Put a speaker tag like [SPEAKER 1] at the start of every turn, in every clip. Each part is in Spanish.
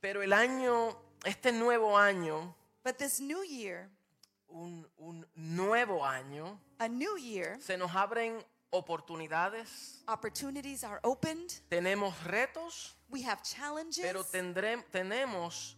[SPEAKER 1] Pero el año, este nuevo año,
[SPEAKER 2] But this new year,
[SPEAKER 1] un, un nuevo año,
[SPEAKER 2] a new year,
[SPEAKER 1] se nos abren oportunidades,
[SPEAKER 2] opportunities are opened.
[SPEAKER 1] tenemos retos,
[SPEAKER 2] We have challenges,
[SPEAKER 1] pero tendré- tenemos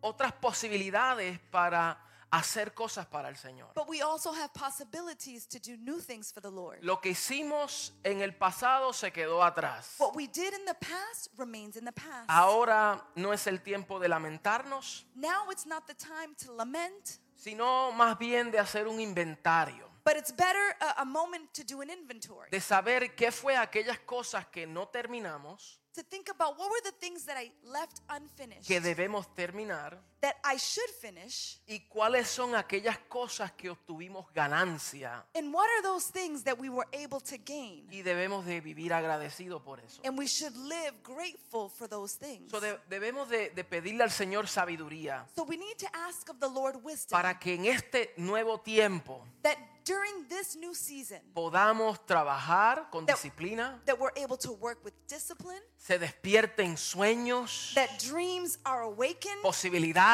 [SPEAKER 1] otras posibilidades para hacer cosas para el Señor.
[SPEAKER 2] but we also have possibilities to do new things for the Lord.
[SPEAKER 1] Lo que hicimos en el pasado se quedó atrás.
[SPEAKER 2] What we did in the past remains in the past.
[SPEAKER 1] Ahora no es el tiempo de lamentarnos,
[SPEAKER 2] Now it's not the time to lament,
[SPEAKER 1] sino más bien de hacer un inventario,
[SPEAKER 2] but it's better a, a moment to do an inventory,
[SPEAKER 1] de saber qué fue aquellas cosas que no terminamos,
[SPEAKER 2] to think about what were the things that I left unfinished
[SPEAKER 1] que debemos terminar,
[SPEAKER 2] that I should finish,
[SPEAKER 1] y cuáles son aquellas cosas que obtuvimos ganancia
[SPEAKER 2] and what are those things that we were able to gain,
[SPEAKER 1] y debemos de vivir agradecido por eso.
[SPEAKER 2] and we should live grateful for those things.
[SPEAKER 1] So, de- debemos de, de pedirle al Señor sabiduría
[SPEAKER 2] So we need to ask of the Lord wisdom
[SPEAKER 1] para que en este nuevo tiempo
[SPEAKER 2] that during this new season
[SPEAKER 1] podamos trabajar con
[SPEAKER 2] That-
[SPEAKER 1] disciplina,
[SPEAKER 2] that we're able to work with discipline,
[SPEAKER 1] se despierten sueños,
[SPEAKER 2] that dreams are awakened,
[SPEAKER 1] posibilidades,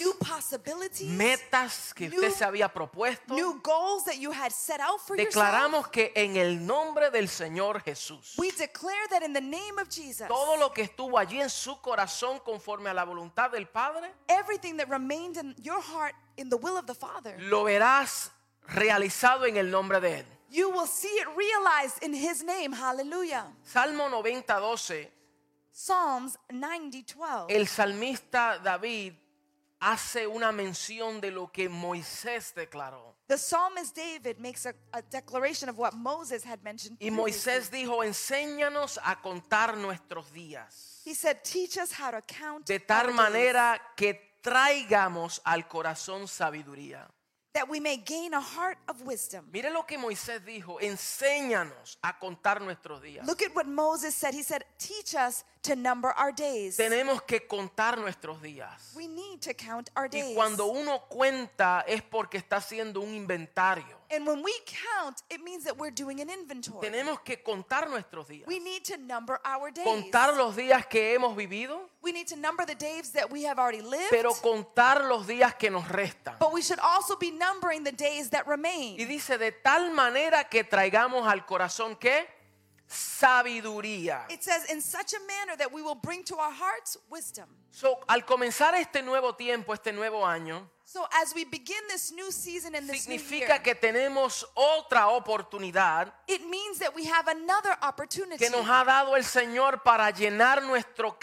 [SPEAKER 2] new possibilities,
[SPEAKER 1] metas que usted
[SPEAKER 2] new-
[SPEAKER 1] se había propuesto.
[SPEAKER 2] new goals that you had set out for yourself.
[SPEAKER 1] Declaramos que en el nombre del Señor Jesús,
[SPEAKER 2] We declare that in the name of Jesus,
[SPEAKER 1] todo lo que estuvo allí en su corazón conforme a la voluntad del Padre,
[SPEAKER 2] everything that remained in your heart in the will of the Father,
[SPEAKER 1] lo verás realizado en el nombre de Él.
[SPEAKER 2] you will see it realized in His name. Hallelujah.
[SPEAKER 1] Salmo 90, 12,
[SPEAKER 2] Psalms 90:12.
[SPEAKER 1] el salmista David hace una mención de lo que Moisés declaró.
[SPEAKER 2] The psalmist David makes a, a declaration of what Moses had mentioned.
[SPEAKER 1] Y
[SPEAKER 2] previously.
[SPEAKER 1] Moisés dijo, enséñanos a contar nuestros días,
[SPEAKER 2] He said, "Teach us how to count
[SPEAKER 1] de tal
[SPEAKER 2] our days,
[SPEAKER 1] manera que traigamos al corazón sabiduría.
[SPEAKER 2] that we may gain a heart of wisdom."
[SPEAKER 1] Mire lo que Moisés dijo, enséñanos a contar nuestros días.
[SPEAKER 2] Look at what Moses said. He said, "Teach us to number our days."
[SPEAKER 1] Tenemos que contar nuestros días.
[SPEAKER 2] We need to count our
[SPEAKER 1] Y
[SPEAKER 2] days.
[SPEAKER 1] cuando uno cuenta es porque está haciendo un inventario.
[SPEAKER 2] And when we count, it means that we're doing an inventory.
[SPEAKER 1] Tenemos que contar nuestros días.
[SPEAKER 2] We need to number our days.
[SPEAKER 1] Contar los días que hemos vivido,
[SPEAKER 2] We need to number the days that we have already lived.
[SPEAKER 1] pero contar los días que nos restan.
[SPEAKER 2] but we should also be numbering the days that remain.
[SPEAKER 1] Y dice, de tal manera que traigamos al corazón que sabiduría.
[SPEAKER 2] It says, in such a manner that we will bring to our hearts wisdom.
[SPEAKER 1] So, al comenzar este nuevo tiempo, este nuevo año,
[SPEAKER 2] So as we begin this new season and this new year,
[SPEAKER 1] significa que tenemos otra oportunidad
[SPEAKER 2] it means that we have another opportunity
[SPEAKER 1] que nos ha dado el Señor para llenar nuestro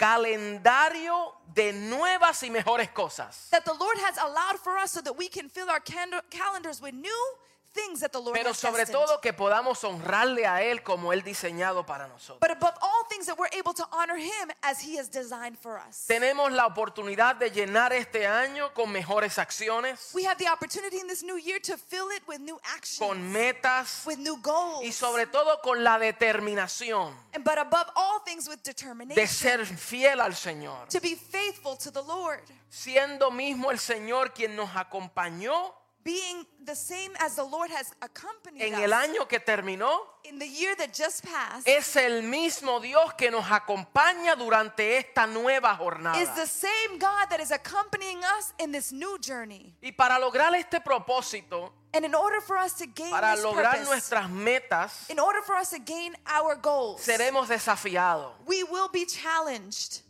[SPEAKER 1] calendario de nuevas y mejores cosas.
[SPEAKER 2] that the Lord has allowed for us so that we can fill our cand- calendars with new things that the Lord
[SPEAKER 1] Pero
[SPEAKER 2] has
[SPEAKER 1] sobre
[SPEAKER 2] destined.
[SPEAKER 1] todo que podamos honrarle a Él como Él diseñado para nosotros.
[SPEAKER 2] But above all things, that we're able to honor Him as He has designed for us.
[SPEAKER 1] Tenemos la oportunidad de llenar este año con mejores acciones,
[SPEAKER 2] We have the opportunity in this new year to fill it with new actions,
[SPEAKER 1] con metas
[SPEAKER 2] with new goals,
[SPEAKER 1] y sobre todo con la determinación
[SPEAKER 2] and but above all things, with
[SPEAKER 1] de
[SPEAKER 2] determination
[SPEAKER 1] ser fiel al Señor,
[SPEAKER 2] to be faithful to the Lord,
[SPEAKER 1] siendo mismo el Señor quien nos acompañó
[SPEAKER 2] being the same as the Lord has accompanied
[SPEAKER 1] en
[SPEAKER 2] us
[SPEAKER 1] el año que terminó
[SPEAKER 2] in the year that just passed.
[SPEAKER 1] es el mismo Dios que nos acompaña durante esta nueva jornada.
[SPEAKER 2] Is the same God that is accompanying us in this new journey.
[SPEAKER 1] Y para lograr este propósito,
[SPEAKER 2] And in order for us to gain
[SPEAKER 1] para
[SPEAKER 2] this
[SPEAKER 1] lograr
[SPEAKER 2] purpose,
[SPEAKER 1] nuestras metas,
[SPEAKER 2] in order for us to gain our goals,
[SPEAKER 1] seremos desafiados,
[SPEAKER 2] we will be challenged.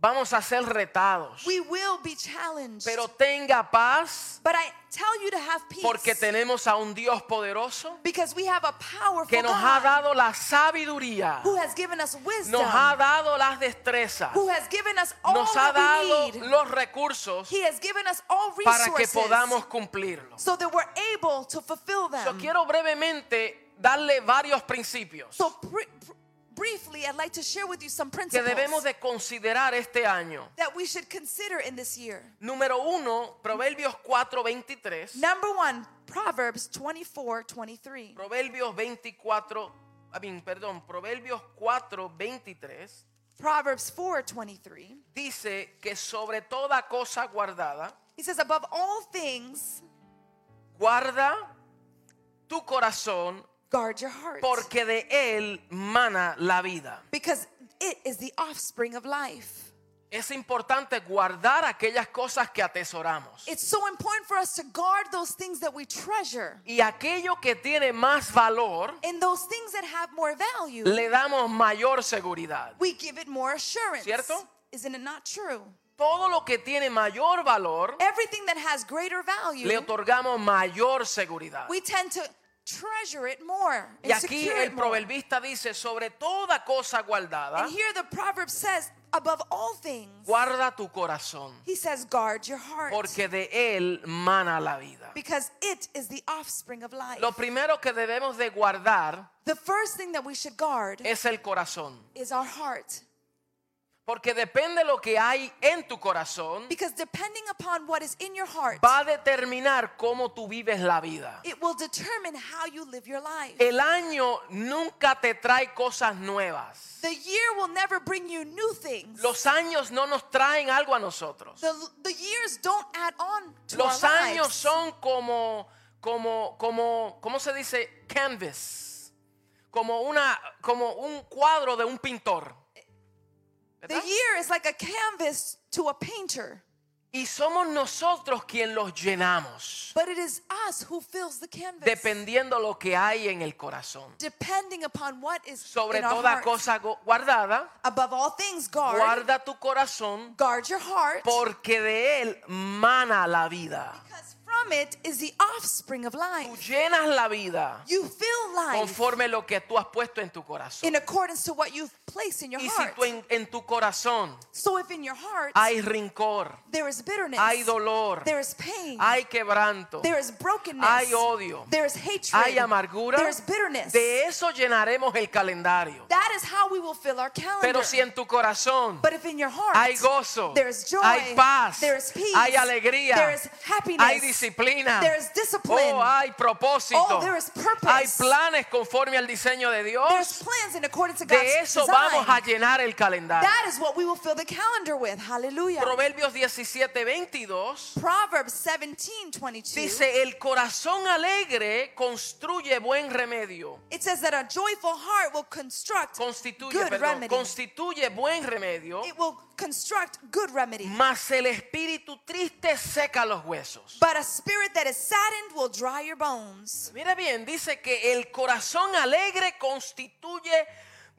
[SPEAKER 1] vamos a ser retados.
[SPEAKER 2] We will be challenged.
[SPEAKER 1] Pero tenga paz
[SPEAKER 2] but I tell you to have peace
[SPEAKER 1] porque tenemos a un Dios poderoso
[SPEAKER 2] because we have a powerful
[SPEAKER 1] que nos ha
[SPEAKER 2] God
[SPEAKER 1] dado la sabiduría,
[SPEAKER 2] who has given us
[SPEAKER 1] nos
[SPEAKER 2] wisdom,
[SPEAKER 1] ha dado las destrezas,
[SPEAKER 2] who has given us all
[SPEAKER 1] nos ha
[SPEAKER 2] that
[SPEAKER 1] dado
[SPEAKER 2] we need.
[SPEAKER 1] los recursos
[SPEAKER 2] He has given us all resources
[SPEAKER 1] para que podamos cumplirlo.
[SPEAKER 2] so that we're able to fulfill them.
[SPEAKER 1] Yo quiero brevemente darle varios principios
[SPEAKER 2] so pre- pr- briefly, I'd like to share with you some
[SPEAKER 1] que
[SPEAKER 2] principles
[SPEAKER 1] debemos de considerar este año.
[SPEAKER 2] that we should consider in this year.
[SPEAKER 1] Número uno, Proverbios 4:23.
[SPEAKER 2] Number one, Proverbs 24, 23.
[SPEAKER 1] Proverbios 24, I mean, perdón, Proverbios 4:23
[SPEAKER 2] Proverbs 4, 23.
[SPEAKER 1] dice que sobre toda cosa guardada,
[SPEAKER 2] He says, above all things,
[SPEAKER 1] guarda tu corazón
[SPEAKER 2] guard your heart.
[SPEAKER 1] porque de él mana la vida.
[SPEAKER 2] Because it is the offspring of life.
[SPEAKER 1] Es importante guardar aquellas cosas que atesoramos.
[SPEAKER 2] It's so important for us to guard those things that we treasure.
[SPEAKER 1] Y aquello que tiene más valor,
[SPEAKER 2] And those things that have more value,
[SPEAKER 1] le damos mayor seguridad.
[SPEAKER 2] we give it more assurance.
[SPEAKER 1] ¿Cierto?
[SPEAKER 2] Isn't it not true?
[SPEAKER 1] Todo lo que tiene mayor valor,
[SPEAKER 2] Everything that has greater value,
[SPEAKER 1] le otorgamos mayor seguridad.
[SPEAKER 2] we tend to treasure it more.
[SPEAKER 1] Y
[SPEAKER 2] and
[SPEAKER 1] aquí
[SPEAKER 2] secure
[SPEAKER 1] el
[SPEAKER 2] it more.
[SPEAKER 1] proverbista dice, sobre toda cosa guardada,
[SPEAKER 2] And here the proverb says, above all things,
[SPEAKER 1] guarda tu corazón,
[SPEAKER 2] he says, guard your heart.
[SPEAKER 1] porque de él mana la vida.
[SPEAKER 2] because it is the offspring of life.
[SPEAKER 1] Lo primero que debemos de guardar
[SPEAKER 2] the first thing that we should guard
[SPEAKER 1] es el corazón,
[SPEAKER 2] is our heart.
[SPEAKER 1] porque depende lo que hay en tu corazón,
[SPEAKER 2] Because depending upon what is in your heart,
[SPEAKER 1] va a determinar cómo tú vives la vida.
[SPEAKER 2] it will determine how you live your life.
[SPEAKER 1] El año nunca te trae cosas nuevas.
[SPEAKER 2] The year will never bring you new things.
[SPEAKER 1] Los años no nos traen algo a nosotros.
[SPEAKER 2] the, the years don't add on to
[SPEAKER 1] Los
[SPEAKER 2] our
[SPEAKER 1] años
[SPEAKER 2] lives.
[SPEAKER 1] son como, como, como, ¿cómo se dice? Canvas. Como una, como un cuadro de un pintor.
[SPEAKER 2] the
[SPEAKER 1] ¿Verdad?
[SPEAKER 2] year is like a canvas to a painter,
[SPEAKER 1] Y somos nosotros quien los llenamos,
[SPEAKER 2] but it is us who fills the canvas.
[SPEAKER 1] dependiendo lo que hay en el corazón.
[SPEAKER 2] depending upon what is
[SPEAKER 1] Sobre
[SPEAKER 2] in our
[SPEAKER 1] toda
[SPEAKER 2] heart.
[SPEAKER 1] cosa gu- guardada,
[SPEAKER 2] Above all things, guard.
[SPEAKER 1] guarda tu corazón,
[SPEAKER 2] guard your heart.
[SPEAKER 1] porque de él mana la vida.
[SPEAKER 2] because from it is the offspring of
[SPEAKER 1] Tú
[SPEAKER 2] life.
[SPEAKER 1] llenas la vida
[SPEAKER 2] You fill life
[SPEAKER 1] conforme lo que tú has puesto en tu corazón.
[SPEAKER 2] in accordance to what you place in your
[SPEAKER 1] Y si
[SPEAKER 2] heart.
[SPEAKER 1] tú en- en tu corazón
[SPEAKER 2] so if in your heart
[SPEAKER 1] hay rincor,
[SPEAKER 2] there is bitterness,
[SPEAKER 1] hay dolor,
[SPEAKER 2] there is pain,
[SPEAKER 1] hay quebranto,
[SPEAKER 2] there is brokenness,
[SPEAKER 1] hay odio,
[SPEAKER 2] there is hatred,
[SPEAKER 1] hay amargura,
[SPEAKER 2] there is bitterness.
[SPEAKER 1] de eso llenaremos el calendario.
[SPEAKER 2] that is how we will fill our calendar.
[SPEAKER 1] Pero si en tu corazón
[SPEAKER 2] but if in your heart
[SPEAKER 1] hay gozo,
[SPEAKER 2] there is joy,
[SPEAKER 1] hay paz,
[SPEAKER 2] there is peace,
[SPEAKER 1] hay alegría,
[SPEAKER 2] there is happiness,
[SPEAKER 1] hay disciplina,
[SPEAKER 2] there is discipline,
[SPEAKER 1] oh, hay propósito,
[SPEAKER 2] Oh, there is purpose.
[SPEAKER 1] hay planes conforme al diseño de
[SPEAKER 2] there's
[SPEAKER 1] Dios,
[SPEAKER 2] plans in accordance to God's
[SPEAKER 1] de eso
[SPEAKER 2] design.
[SPEAKER 1] vamos a llenar el calendario.
[SPEAKER 2] that is what we will fill the calendar with. Hallelujah.
[SPEAKER 1] Proverbios 17, 22
[SPEAKER 2] Proverbs 17, 22.
[SPEAKER 1] dice, el corazón alegre construye buen remedio.
[SPEAKER 2] it says that a joyful heart will construct
[SPEAKER 1] constituye,
[SPEAKER 2] good
[SPEAKER 1] perdón,
[SPEAKER 2] remedy.
[SPEAKER 1] constituye buen remedio,
[SPEAKER 2] it will construct good remedy.
[SPEAKER 1] mas el espíritu triste seca los huesos.
[SPEAKER 2] But a spirit that is saddened will dry your bones.
[SPEAKER 1] Mira bien, dice que el corazón alegre constituye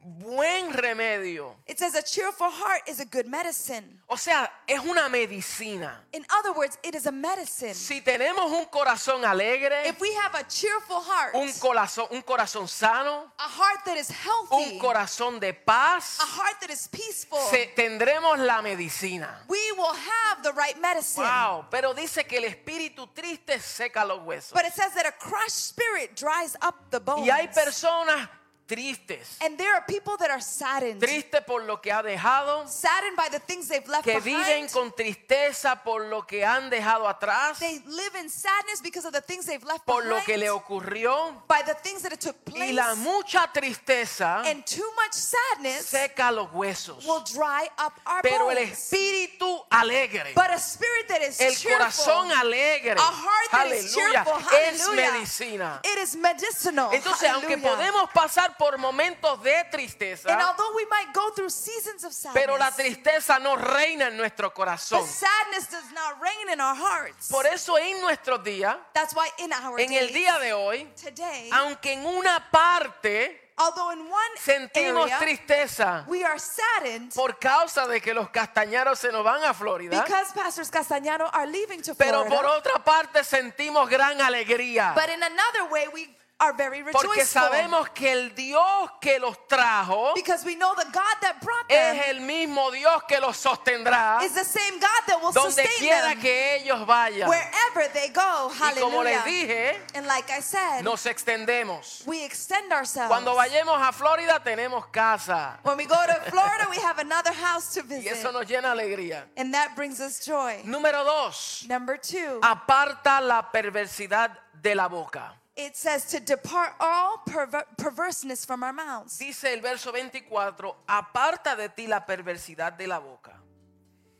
[SPEAKER 1] buen remedio.
[SPEAKER 2] It says a cheerful heart is a good medicine.
[SPEAKER 1] O sea, es una medicina.
[SPEAKER 2] In other words, it is a medicine.
[SPEAKER 1] Si tenemos un corazón alegre,
[SPEAKER 2] If we have a cheerful heart,
[SPEAKER 1] un corazón, un corazón sano,
[SPEAKER 2] a heart that is
[SPEAKER 1] un
[SPEAKER 2] healthy, a
[SPEAKER 1] corazón de paz,
[SPEAKER 2] heart that is peaceful,
[SPEAKER 1] se- tendremos la medicina.
[SPEAKER 2] we will have the right medicine.
[SPEAKER 1] Wow, pero dice que el espíritu triste seca los huesos.
[SPEAKER 2] But it says that a crushed spirit dries up the bones.
[SPEAKER 1] Y hay personas tristes,
[SPEAKER 2] and there are people that are saddened.
[SPEAKER 1] tristes por lo que ha dejado,
[SPEAKER 2] saddened by the things they've left
[SPEAKER 1] que viven
[SPEAKER 2] behind.
[SPEAKER 1] con tristeza por lo que han dejado atrás,
[SPEAKER 2] they live in sadness because of the things they've left
[SPEAKER 1] por lo
[SPEAKER 2] behind.
[SPEAKER 1] que le ocurrió.
[SPEAKER 2] by the things that it took
[SPEAKER 1] Y
[SPEAKER 2] place.
[SPEAKER 1] la mucha tristeza
[SPEAKER 2] and too much sadness
[SPEAKER 1] seca los huesos.
[SPEAKER 2] will dry up our
[SPEAKER 1] Pero el
[SPEAKER 2] bones.
[SPEAKER 1] espíritu alegre,
[SPEAKER 2] But a spirit that is
[SPEAKER 1] el
[SPEAKER 2] cheerful,
[SPEAKER 1] corazón alegre,
[SPEAKER 2] a heart that is
[SPEAKER 1] aleluya,
[SPEAKER 2] cheerful,
[SPEAKER 1] es
[SPEAKER 2] hallelujah,
[SPEAKER 1] medicina.
[SPEAKER 2] it is medicinal.
[SPEAKER 1] Entonces, aunque
[SPEAKER 2] hallelujah.
[SPEAKER 1] podemos pasar por momentos de
[SPEAKER 2] and
[SPEAKER 1] tristeza,
[SPEAKER 2] although we might go through seasons of sadness,
[SPEAKER 1] pero la tristeza no reina en nuestro
[SPEAKER 2] but
[SPEAKER 1] corazón.
[SPEAKER 2] sadness does not reign in our hearts.
[SPEAKER 1] Por eso en nuestros días,
[SPEAKER 2] That's why in our
[SPEAKER 1] en el
[SPEAKER 2] days,
[SPEAKER 1] día de hoy,
[SPEAKER 2] today,
[SPEAKER 1] aunque en una parte
[SPEAKER 2] although in one
[SPEAKER 1] sentimos
[SPEAKER 2] area
[SPEAKER 1] tristeza
[SPEAKER 2] we are saddened
[SPEAKER 1] por causa de que los castañaros se nos van a Florida,
[SPEAKER 2] because pastors Castañano are leaving to
[SPEAKER 1] pero
[SPEAKER 2] Florida,
[SPEAKER 1] por otra parte sentimos gran alegría.
[SPEAKER 2] but in another way we are very rejoiceful
[SPEAKER 1] Porque sabemos que el Dios que los trajo
[SPEAKER 2] because we know the God that brought them
[SPEAKER 1] es el mismo Dios que los sostendrá
[SPEAKER 2] is the same God that will
[SPEAKER 1] donde
[SPEAKER 2] sustain
[SPEAKER 1] quiera
[SPEAKER 2] them
[SPEAKER 1] que ellos vayan.
[SPEAKER 2] wherever they go.
[SPEAKER 1] Y como
[SPEAKER 2] Hallelujah.
[SPEAKER 1] les dije,
[SPEAKER 2] and like I said,
[SPEAKER 1] nos extendemos.
[SPEAKER 2] we extend ourselves.
[SPEAKER 1] Cuando vayamos a Florida tenemos casa
[SPEAKER 2] when we go to Florida, we have another house to
[SPEAKER 1] y
[SPEAKER 2] visit.
[SPEAKER 1] eso nos llena alegría.
[SPEAKER 2] and that brings us joy.
[SPEAKER 1] Número dos,
[SPEAKER 2] Number two,
[SPEAKER 1] Ah. aparta la perversidad de la boca.
[SPEAKER 2] it says to depart all perver- perverseness from our mouths.
[SPEAKER 1] Dice el verso 24, aparta de ti la perversidad de la boca.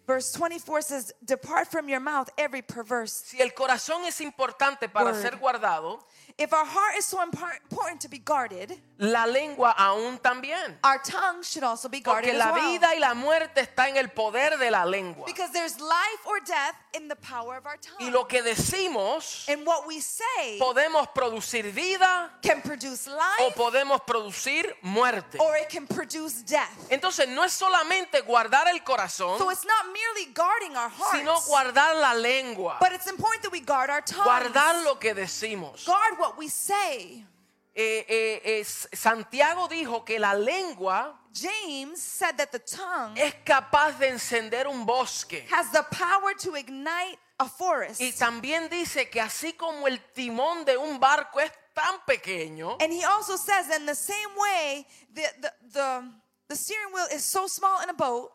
[SPEAKER 2] Verse 24 says, Depart from your mouth every perverse.
[SPEAKER 1] Si el corazón es importante para
[SPEAKER 2] Word.
[SPEAKER 1] ser guardado,
[SPEAKER 2] If our heart is so impar- important to be guarded,
[SPEAKER 1] la lengua aún también.
[SPEAKER 2] Our tongue should also be guarded
[SPEAKER 1] Porque
[SPEAKER 2] as
[SPEAKER 1] la
[SPEAKER 2] well.
[SPEAKER 1] vida y la muerte está en el poder de la lengua.
[SPEAKER 2] Because there's life or death in the power of our
[SPEAKER 1] Y
[SPEAKER 2] tongue.
[SPEAKER 1] lo que decimos,
[SPEAKER 2] And what we say
[SPEAKER 1] podemos producir vida
[SPEAKER 2] can produce
[SPEAKER 1] o
[SPEAKER 2] life
[SPEAKER 1] podemos producir muerte.
[SPEAKER 2] or it can produce death.
[SPEAKER 1] Entonces no es solamente guardar el corazón,
[SPEAKER 2] So it's not merely guarding our
[SPEAKER 1] sino
[SPEAKER 2] hearts,
[SPEAKER 1] guardar la lengua,
[SPEAKER 2] but it's important that we guard our tongue.
[SPEAKER 1] guardar lo que decimos.
[SPEAKER 2] Guard what we say.
[SPEAKER 1] Eh, eh, eh, S- Santiago dijo que la lengua
[SPEAKER 2] James said that the tongue
[SPEAKER 1] es capaz de encender un bosque.
[SPEAKER 2] has the power to ignite a forest.
[SPEAKER 1] Y también dice que así como el timón de un barco es tan pequeño,
[SPEAKER 2] And he also says, in the same way, the, the, the, the steering wheel is so small in a boat,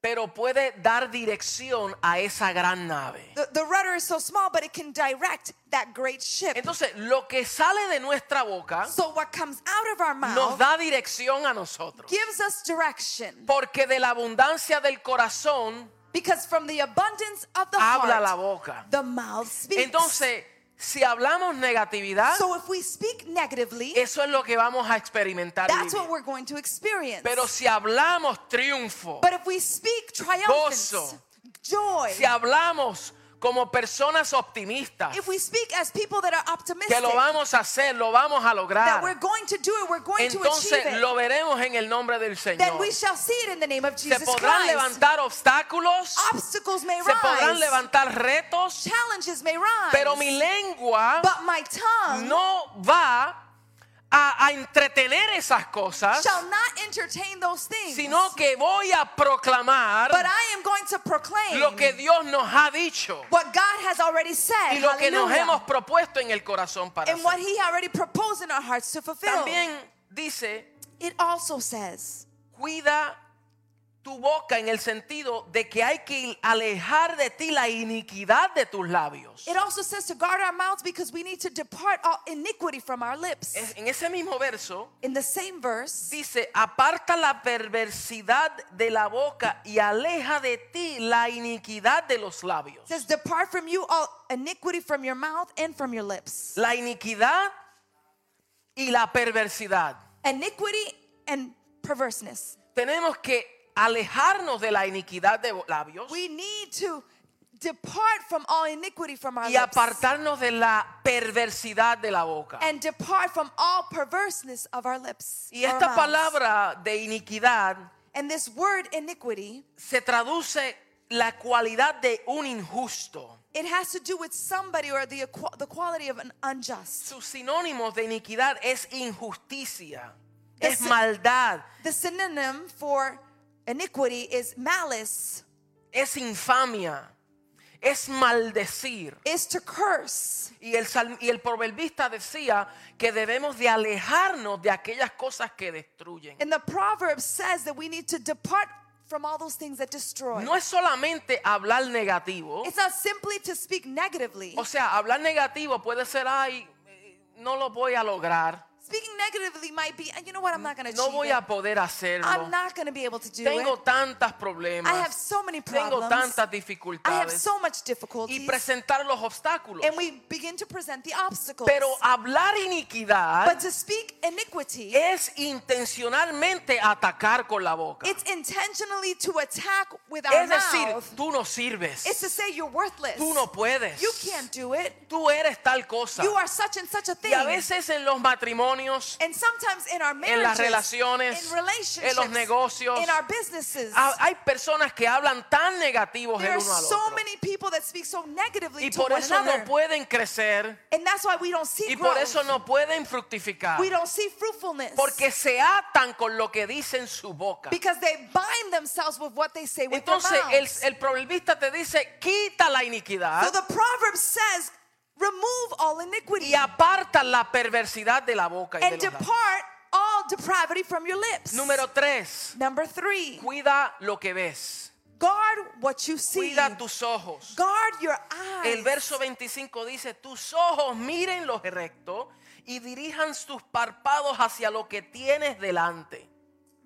[SPEAKER 1] pero puede dar dirección a esa gran nave.
[SPEAKER 2] the, the rudder is so small, but it can direct that great ship.
[SPEAKER 1] Entonces, lo que sale de nuestra boca
[SPEAKER 2] So what comes out of our
[SPEAKER 1] nos
[SPEAKER 2] mouth
[SPEAKER 1] da dirección a nosotros.
[SPEAKER 2] gives us direction.
[SPEAKER 1] Porque de la abundancia del corazón
[SPEAKER 2] Because from the abundance of the
[SPEAKER 1] habla la
[SPEAKER 2] heart,
[SPEAKER 1] boca.
[SPEAKER 2] the mouth speaks.
[SPEAKER 1] Entonces, si hablamos negatividad,
[SPEAKER 2] So if we speak negatively,
[SPEAKER 1] eso es lo que vamos a experimentar. y
[SPEAKER 2] that's what
[SPEAKER 1] vivir.
[SPEAKER 2] we're going to experience.
[SPEAKER 1] Pero si hablamos triunfo,
[SPEAKER 2] but if we speak triumphance,
[SPEAKER 1] Gozo.
[SPEAKER 2] joy,
[SPEAKER 1] si hablamos como personas optimistas,
[SPEAKER 2] if we speak as people that are optimistic,
[SPEAKER 1] que lo vamos a hacer, lo vamos a
[SPEAKER 2] that we're
[SPEAKER 1] lograr,
[SPEAKER 2] going to do it, we're going to achieve
[SPEAKER 1] entonces
[SPEAKER 2] it,
[SPEAKER 1] lo veremos en el nombre del
[SPEAKER 2] then
[SPEAKER 1] Señor.
[SPEAKER 2] we shall see it in the name of
[SPEAKER 1] Se
[SPEAKER 2] Jesus
[SPEAKER 1] podrán
[SPEAKER 2] Christ.
[SPEAKER 1] levantar obstáculos,
[SPEAKER 2] Obstacles may
[SPEAKER 1] se podrán
[SPEAKER 2] rise,
[SPEAKER 1] levantar retos,
[SPEAKER 2] challenges may rise,
[SPEAKER 1] pero mi lengua
[SPEAKER 2] but my tongue
[SPEAKER 1] no va a, a entretener esas cosas,
[SPEAKER 2] shall not entertain those things,
[SPEAKER 1] sino que voy a proclamar
[SPEAKER 2] but I am going to proclaim
[SPEAKER 1] lo que Dios nos ha dicho
[SPEAKER 2] what God has already said
[SPEAKER 1] y lo que nos
[SPEAKER 2] Hallelujah.
[SPEAKER 1] hemos propuesto en el corazón para
[SPEAKER 2] and what
[SPEAKER 1] hacer.
[SPEAKER 2] He already proposed in our hearts to fulfill.
[SPEAKER 1] También dice,
[SPEAKER 2] It also says,
[SPEAKER 1] cuida tu boca en el sentido de que hay que alejar de ti la iniquidad de tus labios.
[SPEAKER 2] it also says to guard our mouths because we need to depart all iniquity from our lips.
[SPEAKER 1] Es- En ese mismo verso
[SPEAKER 2] In the same verse,
[SPEAKER 1] dice, aparta la perversidad de la boca y aleja de ti la iniquidad de los labios.
[SPEAKER 2] It says, Depart from you all iniquity from your mouth and from your lips.
[SPEAKER 1] La iniquidad y la perversidad.
[SPEAKER 2] Iniquity and perverseness.
[SPEAKER 1] Tenemos que alejarnos de la iniquidad de labios
[SPEAKER 2] We need to depart from all iniquity from our
[SPEAKER 1] y
[SPEAKER 2] lips.
[SPEAKER 1] apartarnos de la perversidad de la boca.
[SPEAKER 2] And depart from all perverseness of our lips.
[SPEAKER 1] Y
[SPEAKER 2] our
[SPEAKER 1] esta
[SPEAKER 2] mouths.
[SPEAKER 1] palabra de iniquidad
[SPEAKER 2] and this word iniquity,
[SPEAKER 1] se traduce la cualidad de un injusto.
[SPEAKER 2] it has to do with somebody or the, equa- the quality of an unjust.
[SPEAKER 1] Sus sinónimos de iniquidad es injusticia, es
[SPEAKER 2] Es-
[SPEAKER 1] maldad,
[SPEAKER 2] The synonym for iniquity is malice,
[SPEAKER 1] es infamia, es maldecir.
[SPEAKER 2] is to curse.
[SPEAKER 1] Y el, salm- y el proverbista decía que debemos de alejarnos de aquellas cosas que destruyen.
[SPEAKER 2] And the proverb says that we need to depart from all those things that destroy.
[SPEAKER 1] No es solamente hablar negativo.
[SPEAKER 2] It's not simply to speak negatively.
[SPEAKER 1] O sea, hablar negativo puede ser, ay, eh, no lo voy a lograr,
[SPEAKER 2] Speaking negatively might be, you know what, I'm not going to
[SPEAKER 1] no voy
[SPEAKER 2] achieve it.
[SPEAKER 1] a poder hacerlo,
[SPEAKER 2] I'm not going to be able to do
[SPEAKER 1] tengo
[SPEAKER 2] it.
[SPEAKER 1] tantos
[SPEAKER 2] I have
[SPEAKER 1] problemas,
[SPEAKER 2] so many
[SPEAKER 1] tengo
[SPEAKER 2] problems.
[SPEAKER 1] tantas
[SPEAKER 2] I have
[SPEAKER 1] dificultades
[SPEAKER 2] so much
[SPEAKER 1] y
[SPEAKER 2] difficulties.
[SPEAKER 1] presentar los obstáculos.
[SPEAKER 2] And we begin to present the obstacles.
[SPEAKER 1] Pero hablar
[SPEAKER 2] but
[SPEAKER 1] iniquidad
[SPEAKER 2] to speak iniquity,
[SPEAKER 1] es intencionalmente atacar con la boca.
[SPEAKER 2] it's intentionally to attack with our
[SPEAKER 1] Es decir,
[SPEAKER 2] mouth.
[SPEAKER 1] tú no
[SPEAKER 2] It's to
[SPEAKER 1] sirves,
[SPEAKER 2] say you're worthless.
[SPEAKER 1] tú no puedes,
[SPEAKER 2] You can't do it.
[SPEAKER 1] tú eres tal cosa.
[SPEAKER 2] You are such and such a thing.
[SPEAKER 1] Y a veces en los matrimonios
[SPEAKER 2] and sometimes in our marriages,
[SPEAKER 1] en las relaciones,
[SPEAKER 2] in relationships,
[SPEAKER 1] en los negocios,
[SPEAKER 2] in our businesses,
[SPEAKER 1] ha- Ah, hay personas que hablan tan negativos
[SPEAKER 2] there
[SPEAKER 1] el
[SPEAKER 2] are
[SPEAKER 1] uno al
[SPEAKER 2] so
[SPEAKER 1] otro.
[SPEAKER 2] many people that speak so negatively
[SPEAKER 1] Y
[SPEAKER 2] to
[SPEAKER 1] por
[SPEAKER 2] one
[SPEAKER 1] eso
[SPEAKER 2] another.
[SPEAKER 1] no pueden crecer
[SPEAKER 2] and that's why we don't see
[SPEAKER 1] y
[SPEAKER 2] growth.
[SPEAKER 1] por eso no pueden fructificar.
[SPEAKER 2] we don't see fruitfulness.
[SPEAKER 1] Porque se atan con lo que dicen su boca.
[SPEAKER 2] because they bind themselves with what they say with
[SPEAKER 1] Entonces
[SPEAKER 2] their
[SPEAKER 1] el,
[SPEAKER 2] mouths.
[SPEAKER 1] el proverbista te dice, quita la iniquidad
[SPEAKER 2] so the proverb says, remove all iniquity
[SPEAKER 1] y aparta la perversidad de la boca. y de
[SPEAKER 2] and
[SPEAKER 1] los labios.
[SPEAKER 2] depart all depravity from your lips.
[SPEAKER 1] Número tres,
[SPEAKER 2] Number three,
[SPEAKER 1] cuida lo que ves.
[SPEAKER 2] guard what you see.
[SPEAKER 1] Cuida tus ojos.
[SPEAKER 2] Guard your eyes.
[SPEAKER 1] El verso 25 dice, tus ojos miren lo recto y dirijan sus párpados hacia lo que tienes delante.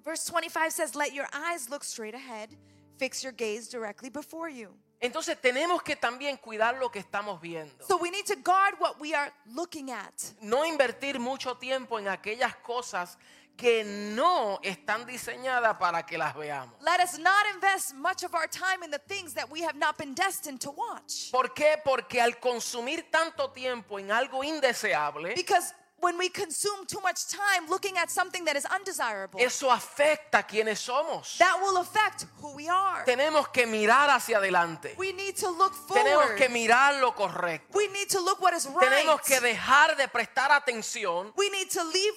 [SPEAKER 2] Verse 25 says, Let your eyes look straight ahead, Fix your gaze directly before you.
[SPEAKER 1] Entonces tenemos que también cuidar lo que estamos viendo.
[SPEAKER 2] So we need to guard what we are looking at.
[SPEAKER 1] No invertir mucho tiempo en aquellas cosas que no están diseñadas para que las veamos.
[SPEAKER 2] Let us not invest much of our time in the things that we have not been destined to watch.
[SPEAKER 1] ¿Por qué? Porque al consumir tanto tiempo en algo indeseable,
[SPEAKER 2] Because when we consume too much time looking at something that is undesirable,
[SPEAKER 1] eso afecta a quienes somos.
[SPEAKER 2] that will affect who we are.
[SPEAKER 1] Tenemos que mirar hacia adelante.
[SPEAKER 2] We need to look
[SPEAKER 1] Tenemos
[SPEAKER 2] forward.
[SPEAKER 1] que mirar lo correcto.
[SPEAKER 2] We need to look what is
[SPEAKER 1] Tenemos que
[SPEAKER 2] right.
[SPEAKER 1] dejar de prestar atención
[SPEAKER 2] We need to leave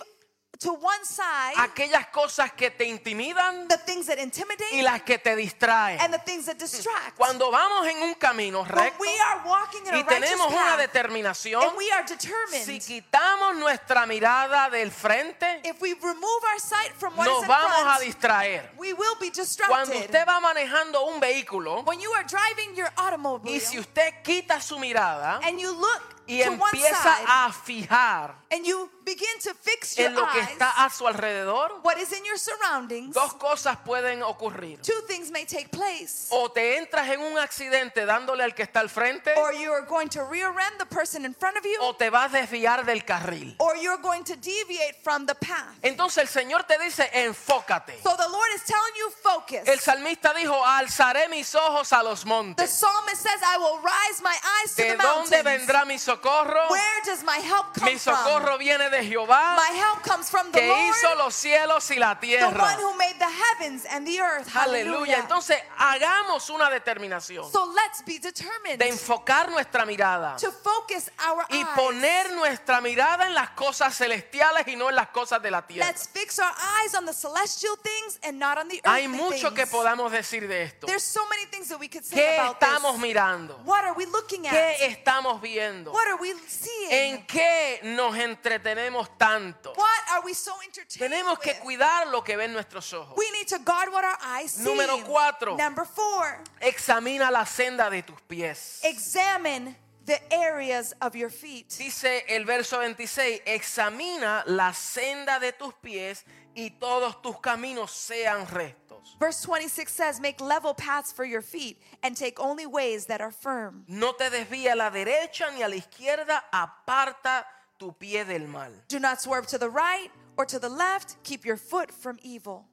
[SPEAKER 2] to one
[SPEAKER 1] a
[SPEAKER 2] side
[SPEAKER 1] aquellas cosas que te intimidan
[SPEAKER 2] the things that
[SPEAKER 1] y
[SPEAKER 2] intimidate
[SPEAKER 1] las que te distraen.
[SPEAKER 2] and the things that distract.
[SPEAKER 1] Cuando vamos en un camino
[SPEAKER 2] When
[SPEAKER 1] recto
[SPEAKER 2] we are walking in
[SPEAKER 1] y
[SPEAKER 2] a righteous
[SPEAKER 1] tenemos una
[SPEAKER 2] path
[SPEAKER 1] determinación,
[SPEAKER 2] and we are
[SPEAKER 1] si
[SPEAKER 2] determined,
[SPEAKER 1] quitamos nuestra mirada del frente,
[SPEAKER 2] if we remove our sight from what is
[SPEAKER 1] nos
[SPEAKER 2] in
[SPEAKER 1] vamos a
[SPEAKER 2] front,
[SPEAKER 1] distraer.
[SPEAKER 2] we will be
[SPEAKER 1] Cuando
[SPEAKER 2] distracted.
[SPEAKER 1] usted va manejando un vehículo
[SPEAKER 2] When you are driving your automobile
[SPEAKER 1] y si usted quita su mirada
[SPEAKER 2] and you look
[SPEAKER 1] y
[SPEAKER 2] to one side
[SPEAKER 1] empieza a fijar
[SPEAKER 2] and you begin to fix your
[SPEAKER 1] en lo que
[SPEAKER 2] eyes
[SPEAKER 1] está a su alrededor,
[SPEAKER 2] what is in your surroundings,
[SPEAKER 1] dos cosas pueden ocurrir.
[SPEAKER 2] two things may take place.
[SPEAKER 1] O te entras en un accidente dándole al que está al frente,
[SPEAKER 2] Or you are going to rear end the person in front of you,
[SPEAKER 1] o te vas a desviar del carril.
[SPEAKER 2] or you're going to deviate from the path.
[SPEAKER 1] Entonces el Señor te dice, enfócate.
[SPEAKER 2] So the Lord is telling you,
[SPEAKER 1] El
[SPEAKER 2] focus.
[SPEAKER 1] salmista dijo, alzaré mis ojos a los
[SPEAKER 2] The
[SPEAKER 1] montes.
[SPEAKER 2] psalmist says, I will rise my eyes to
[SPEAKER 1] ¿De
[SPEAKER 2] the
[SPEAKER 1] dónde
[SPEAKER 2] mountains.
[SPEAKER 1] vendrá mi socorro?
[SPEAKER 2] Where does my help come
[SPEAKER 1] Mi
[SPEAKER 2] from?
[SPEAKER 1] socorro viene de Jehová,
[SPEAKER 2] My help comes from the
[SPEAKER 1] que hizo
[SPEAKER 2] Lord,
[SPEAKER 1] los cielos y la
[SPEAKER 2] the one
[SPEAKER 1] tierra.
[SPEAKER 2] who made the heavens and the earth.
[SPEAKER 1] Aleluya. Entonces hagamos una determinación
[SPEAKER 2] So let's be determined
[SPEAKER 1] de enfocar nuestra mirada
[SPEAKER 2] to focus our
[SPEAKER 1] y
[SPEAKER 2] eyes.
[SPEAKER 1] poner nuestra mirada en las cosas celestiales y no en las cosas de la tierra.
[SPEAKER 2] Let's fix our eyes on the celestial things and not on the
[SPEAKER 1] Hay
[SPEAKER 2] earthly
[SPEAKER 1] mucho que
[SPEAKER 2] things.
[SPEAKER 1] podamos decir de esto.
[SPEAKER 2] There's so many things that we could say
[SPEAKER 1] ¿Qué
[SPEAKER 2] about this.
[SPEAKER 1] estamos mirando?
[SPEAKER 2] What are we looking
[SPEAKER 1] ¿Qué
[SPEAKER 2] at?
[SPEAKER 1] estamos viendo?
[SPEAKER 2] What are we seeing?
[SPEAKER 1] ¿En qué nos entretenemos tanto?
[SPEAKER 2] What are we so entertained
[SPEAKER 1] Tenemos que
[SPEAKER 2] with?
[SPEAKER 1] cuidar lo que ven nuestros ojos.
[SPEAKER 2] We need to guard what our eyes see.
[SPEAKER 1] Número cuatro.
[SPEAKER 2] Number four.
[SPEAKER 1] Examina la senda de tus pies.
[SPEAKER 2] Examine the areas of your feet.
[SPEAKER 1] Dice el verso 26, examina la senda de tus pies y todos tus caminos sean rectos.
[SPEAKER 2] Verse 26 says, Make level paths for your feet and take only ways that are firm.
[SPEAKER 1] No te desvíe a la derecha ni a la izquierda, aparta tu pie del mal.
[SPEAKER 2] Do not swerve to the right or to the left. Keep your foot from evil.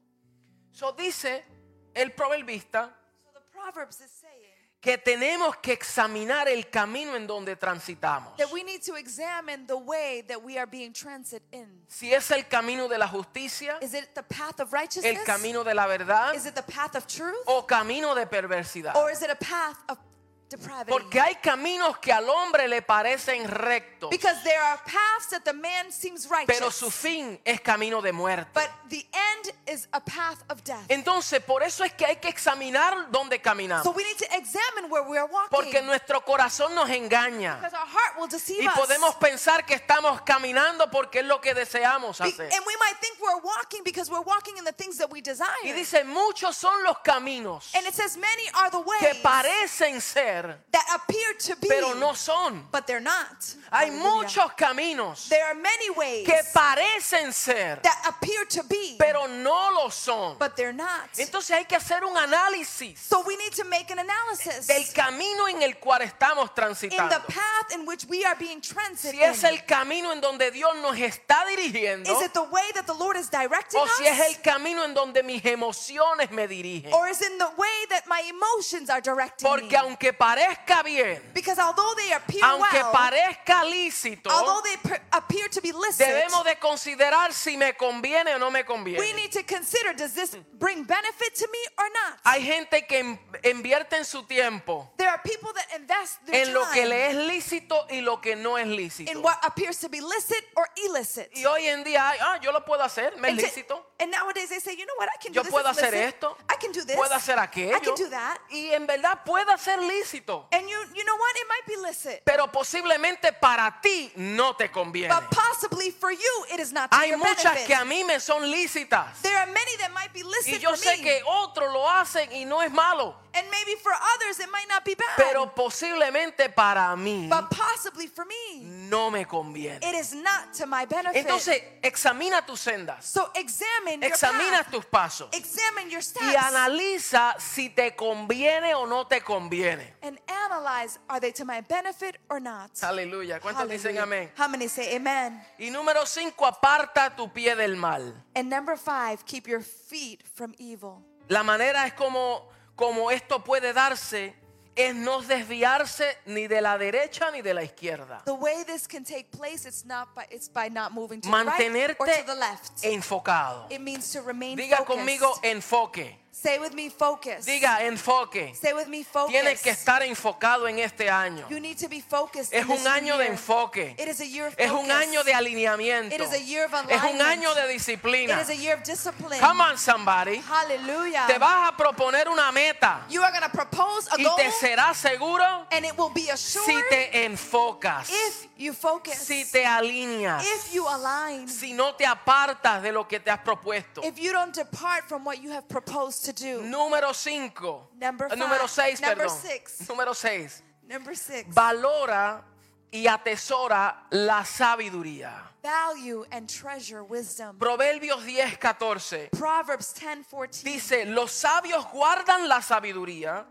[SPEAKER 1] So dice el proverbista
[SPEAKER 2] So the Proverbs is saying
[SPEAKER 1] que tenemos que examinar el camino en donde transitamos.
[SPEAKER 2] that we need to examine the way that we are being transit in.
[SPEAKER 1] Si es el camino de la justicia,
[SPEAKER 2] Is it the path of righteousness?
[SPEAKER 1] el camino Oh. de la verdad
[SPEAKER 2] Is it the path of truth?
[SPEAKER 1] o camino de perversidad.
[SPEAKER 2] Or is it a path of depravity?
[SPEAKER 1] Porque hay caminos que al hombre le parecen rectos.
[SPEAKER 2] Because there are paths that the man seems righteous,
[SPEAKER 1] pero su fin es camino de muerte.
[SPEAKER 2] but the end is a path of death.
[SPEAKER 1] Entonces, por eso es que hay que examinar dónde
[SPEAKER 2] so
[SPEAKER 1] caminamos,
[SPEAKER 2] we need to examine where we are walking.
[SPEAKER 1] porque nuestro corazón nos engaña
[SPEAKER 2] because our heart will deceive
[SPEAKER 1] y
[SPEAKER 2] us.
[SPEAKER 1] podemos pensar que estamos caminando porque es lo que deseamos
[SPEAKER 2] Be-
[SPEAKER 1] hacer.
[SPEAKER 2] and we might think we're walking because we're walking in the things that we desire.
[SPEAKER 1] Y dice, muchos son los caminos
[SPEAKER 2] and it says many are the ways
[SPEAKER 1] que parecen ser,
[SPEAKER 2] that appear to be,
[SPEAKER 1] pero no son.
[SPEAKER 2] but they're not.
[SPEAKER 1] Hay
[SPEAKER 2] Hallelujah.
[SPEAKER 1] muchos caminos
[SPEAKER 2] There are many ways
[SPEAKER 1] que parecen ser,
[SPEAKER 2] that appear to be,
[SPEAKER 1] pero no lo son.
[SPEAKER 2] but they're not.
[SPEAKER 1] Entonces hay que hacer un análisis
[SPEAKER 2] so we need to make an analysis
[SPEAKER 1] del camino en el cual estamos
[SPEAKER 2] in the
[SPEAKER 1] transitando.
[SPEAKER 2] path in which we are being transited
[SPEAKER 1] si es
[SPEAKER 2] in.
[SPEAKER 1] el camino en donde Dios nos está dirigiendo
[SPEAKER 2] Is it the way that the Lord is directing
[SPEAKER 1] o
[SPEAKER 2] us?
[SPEAKER 1] si es el camino en donde mis emociones me dirigen.
[SPEAKER 2] Or is it the way that my emotions are directing
[SPEAKER 1] Porque
[SPEAKER 2] me?
[SPEAKER 1] aunque parezca bien,
[SPEAKER 2] Because although they appear
[SPEAKER 1] aunque
[SPEAKER 2] well,
[SPEAKER 1] parezca lícito,
[SPEAKER 2] although they per- appear to be listed,
[SPEAKER 1] debemos de considerar si me conviene o no me
[SPEAKER 2] we
[SPEAKER 1] conviene.
[SPEAKER 2] need to consider, does this bring benefit to me or not?
[SPEAKER 1] Hay gente que en- invierte en su tiempo
[SPEAKER 2] There are people that invest their
[SPEAKER 1] en lo que
[SPEAKER 2] time
[SPEAKER 1] le es lícito y lo que no es
[SPEAKER 2] in
[SPEAKER 1] lícito.
[SPEAKER 2] what appears to be licit or illicit.
[SPEAKER 1] Y hoy en día, hay, ah, yo lo puedo hacer, me es
[SPEAKER 2] And, to-
[SPEAKER 1] lícito.
[SPEAKER 2] and nowadays they say, you know what, I can do
[SPEAKER 1] Yo
[SPEAKER 2] this.
[SPEAKER 1] puedo
[SPEAKER 2] it's
[SPEAKER 1] hacer
[SPEAKER 2] licit.
[SPEAKER 1] esto,
[SPEAKER 2] I can do this.
[SPEAKER 1] puedo hacer aquello.
[SPEAKER 2] I can do that.
[SPEAKER 1] Y en verdad puede ser lícito.
[SPEAKER 2] And you, you know what, it might be licit.
[SPEAKER 1] pero posiblemente para ti no te conviene.
[SPEAKER 2] But possibly for you it is not to
[SPEAKER 1] Hay
[SPEAKER 2] your
[SPEAKER 1] muchas
[SPEAKER 2] benefit.
[SPEAKER 1] que a mí me son lícitas.
[SPEAKER 2] There are many that might be listed
[SPEAKER 1] Y yo
[SPEAKER 2] for
[SPEAKER 1] sé
[SPEAKER 2] me,
[SPEAKER 1] que otros lo hacen y no es malo.
[SPEAKER 2] and maybe for others it might not be bad,
[SPEAKER 1] Pero posiblemente para mí
[SPEAKER 2] Ah. but possibly for me
[SPEAKER 1] no me conviene.
[SPEAKER 2] it is not to my benefit.
[SPEAKER 1] Entonces, examina tus sendas.
[SPEAKER 2] so examine your
[SPEAKER 1] Examina
[SPEAKER 2] path,
[SPEAKER 1] tus pasos.
[SPEAKER 2] examine your
[SPEAKER 1] Y
[SPEAKER 2] steps,
[SPEAKER 1] analiza si te conviene o no te conviene.
[SPEAKER 2] and analyze are they to my benefit or not.
[SPEAKER 1] Aleluya. ¿Cuántos dicen
[SPEAKER 2] Hallelujah.
[SPEAKER 1] amén?
[SPEAKER 2] How many say amen?
[SPEAKER 1] Y número cinco, aparta tu pie del mal.
[SPEAKER 2] And number five, keep your feet from evil.
[SPEAKER 1] La manera es como, como esto puede darse es no desviarse ni de la derecha ni de la izquierda.
[SPEAKER 2] The way this can take place, it's not by it's by not moving to the right or
[SPEAKER 1] Mantenerte
[SPEAKER 2] to the left.
[SPEAKER 1] enfocado.
[SPEAKER 2] It means to remain
[SPEAKER 1] Diga
[SPEAKER 2] focused.
[SPEAKER 1] conmigo enfoque.
[SPEAKER 2] Say with me, focus.
[SPEAKER 1] Diga enfoque.
[SPEAKER 2] Say with me, focus.
[SPEAKER 1] Tienes que estar enfocado en este año.
[SPEAKER 2] You need to be focused.
[SPEAKER 1] Es
[SPEAKER 2] in this
[SPEAKER 1] un año de
[SPEAKER 2] year.
[SPEAKER 1] enfoque.
[SPEAKER 2] It is a year of
[SPEAKER 1] Es
[SPEAKER 2] focus.
[SPEAKER 1] un año de alineamiento.
[SPEAKER 2] It is a year of
[SPEAKER 1] Es un
[SPEAKER 2] alignment.
[SPEAKER 1] año de
[SPEAKER 2] It
[SPEAKER 1] disciplina.
[SPEAKER 2] is a year of discipline.
[SPEAKER 1] Come on somebody.
[SPEAKER 2] Hallelujah.
[SPEAKER 1] Te vas a proponer una meta
[SPEAKER 2] You are going to propose a
[SPEAKER 1] y
[SPEAKER 2] goal,
[SPEAKER 1] te será seguro
[SPEAKER 2] and it will be assured
[SPEAKER 1] si te enfocas,
[SPEAKER 2] if you focus,
[SPEAKER 1] si te alineas,
[SPEAKER 2] if you align,
[SPEAKER 1] si no te apartas de lo que te has propuesto.
[SPEAKER 2] if you don't depart from what you have proposed to do.
[SPEAKER 1] Número 5.
[SPEAKER 2] Number five.
[SPEAKER 1] Número 6,
[SPEAKER 2] Number
[SPEAKER 1] perdón.
[SPEAKER 2] six.
[SPEAKER 1] Número 6.
[SPEAKER 2] Number six,
[SPEAKER 1] Valora y atesora la sabiduría.
[SPEAKER 2] value and treasure wisdom.
[SPEAKER 1] Proverbios 10, 14.
[SPEAKER 2] Proverbs 10, 14.
[SPEAKER 1] Dice, los sabios guardan la sabiduría,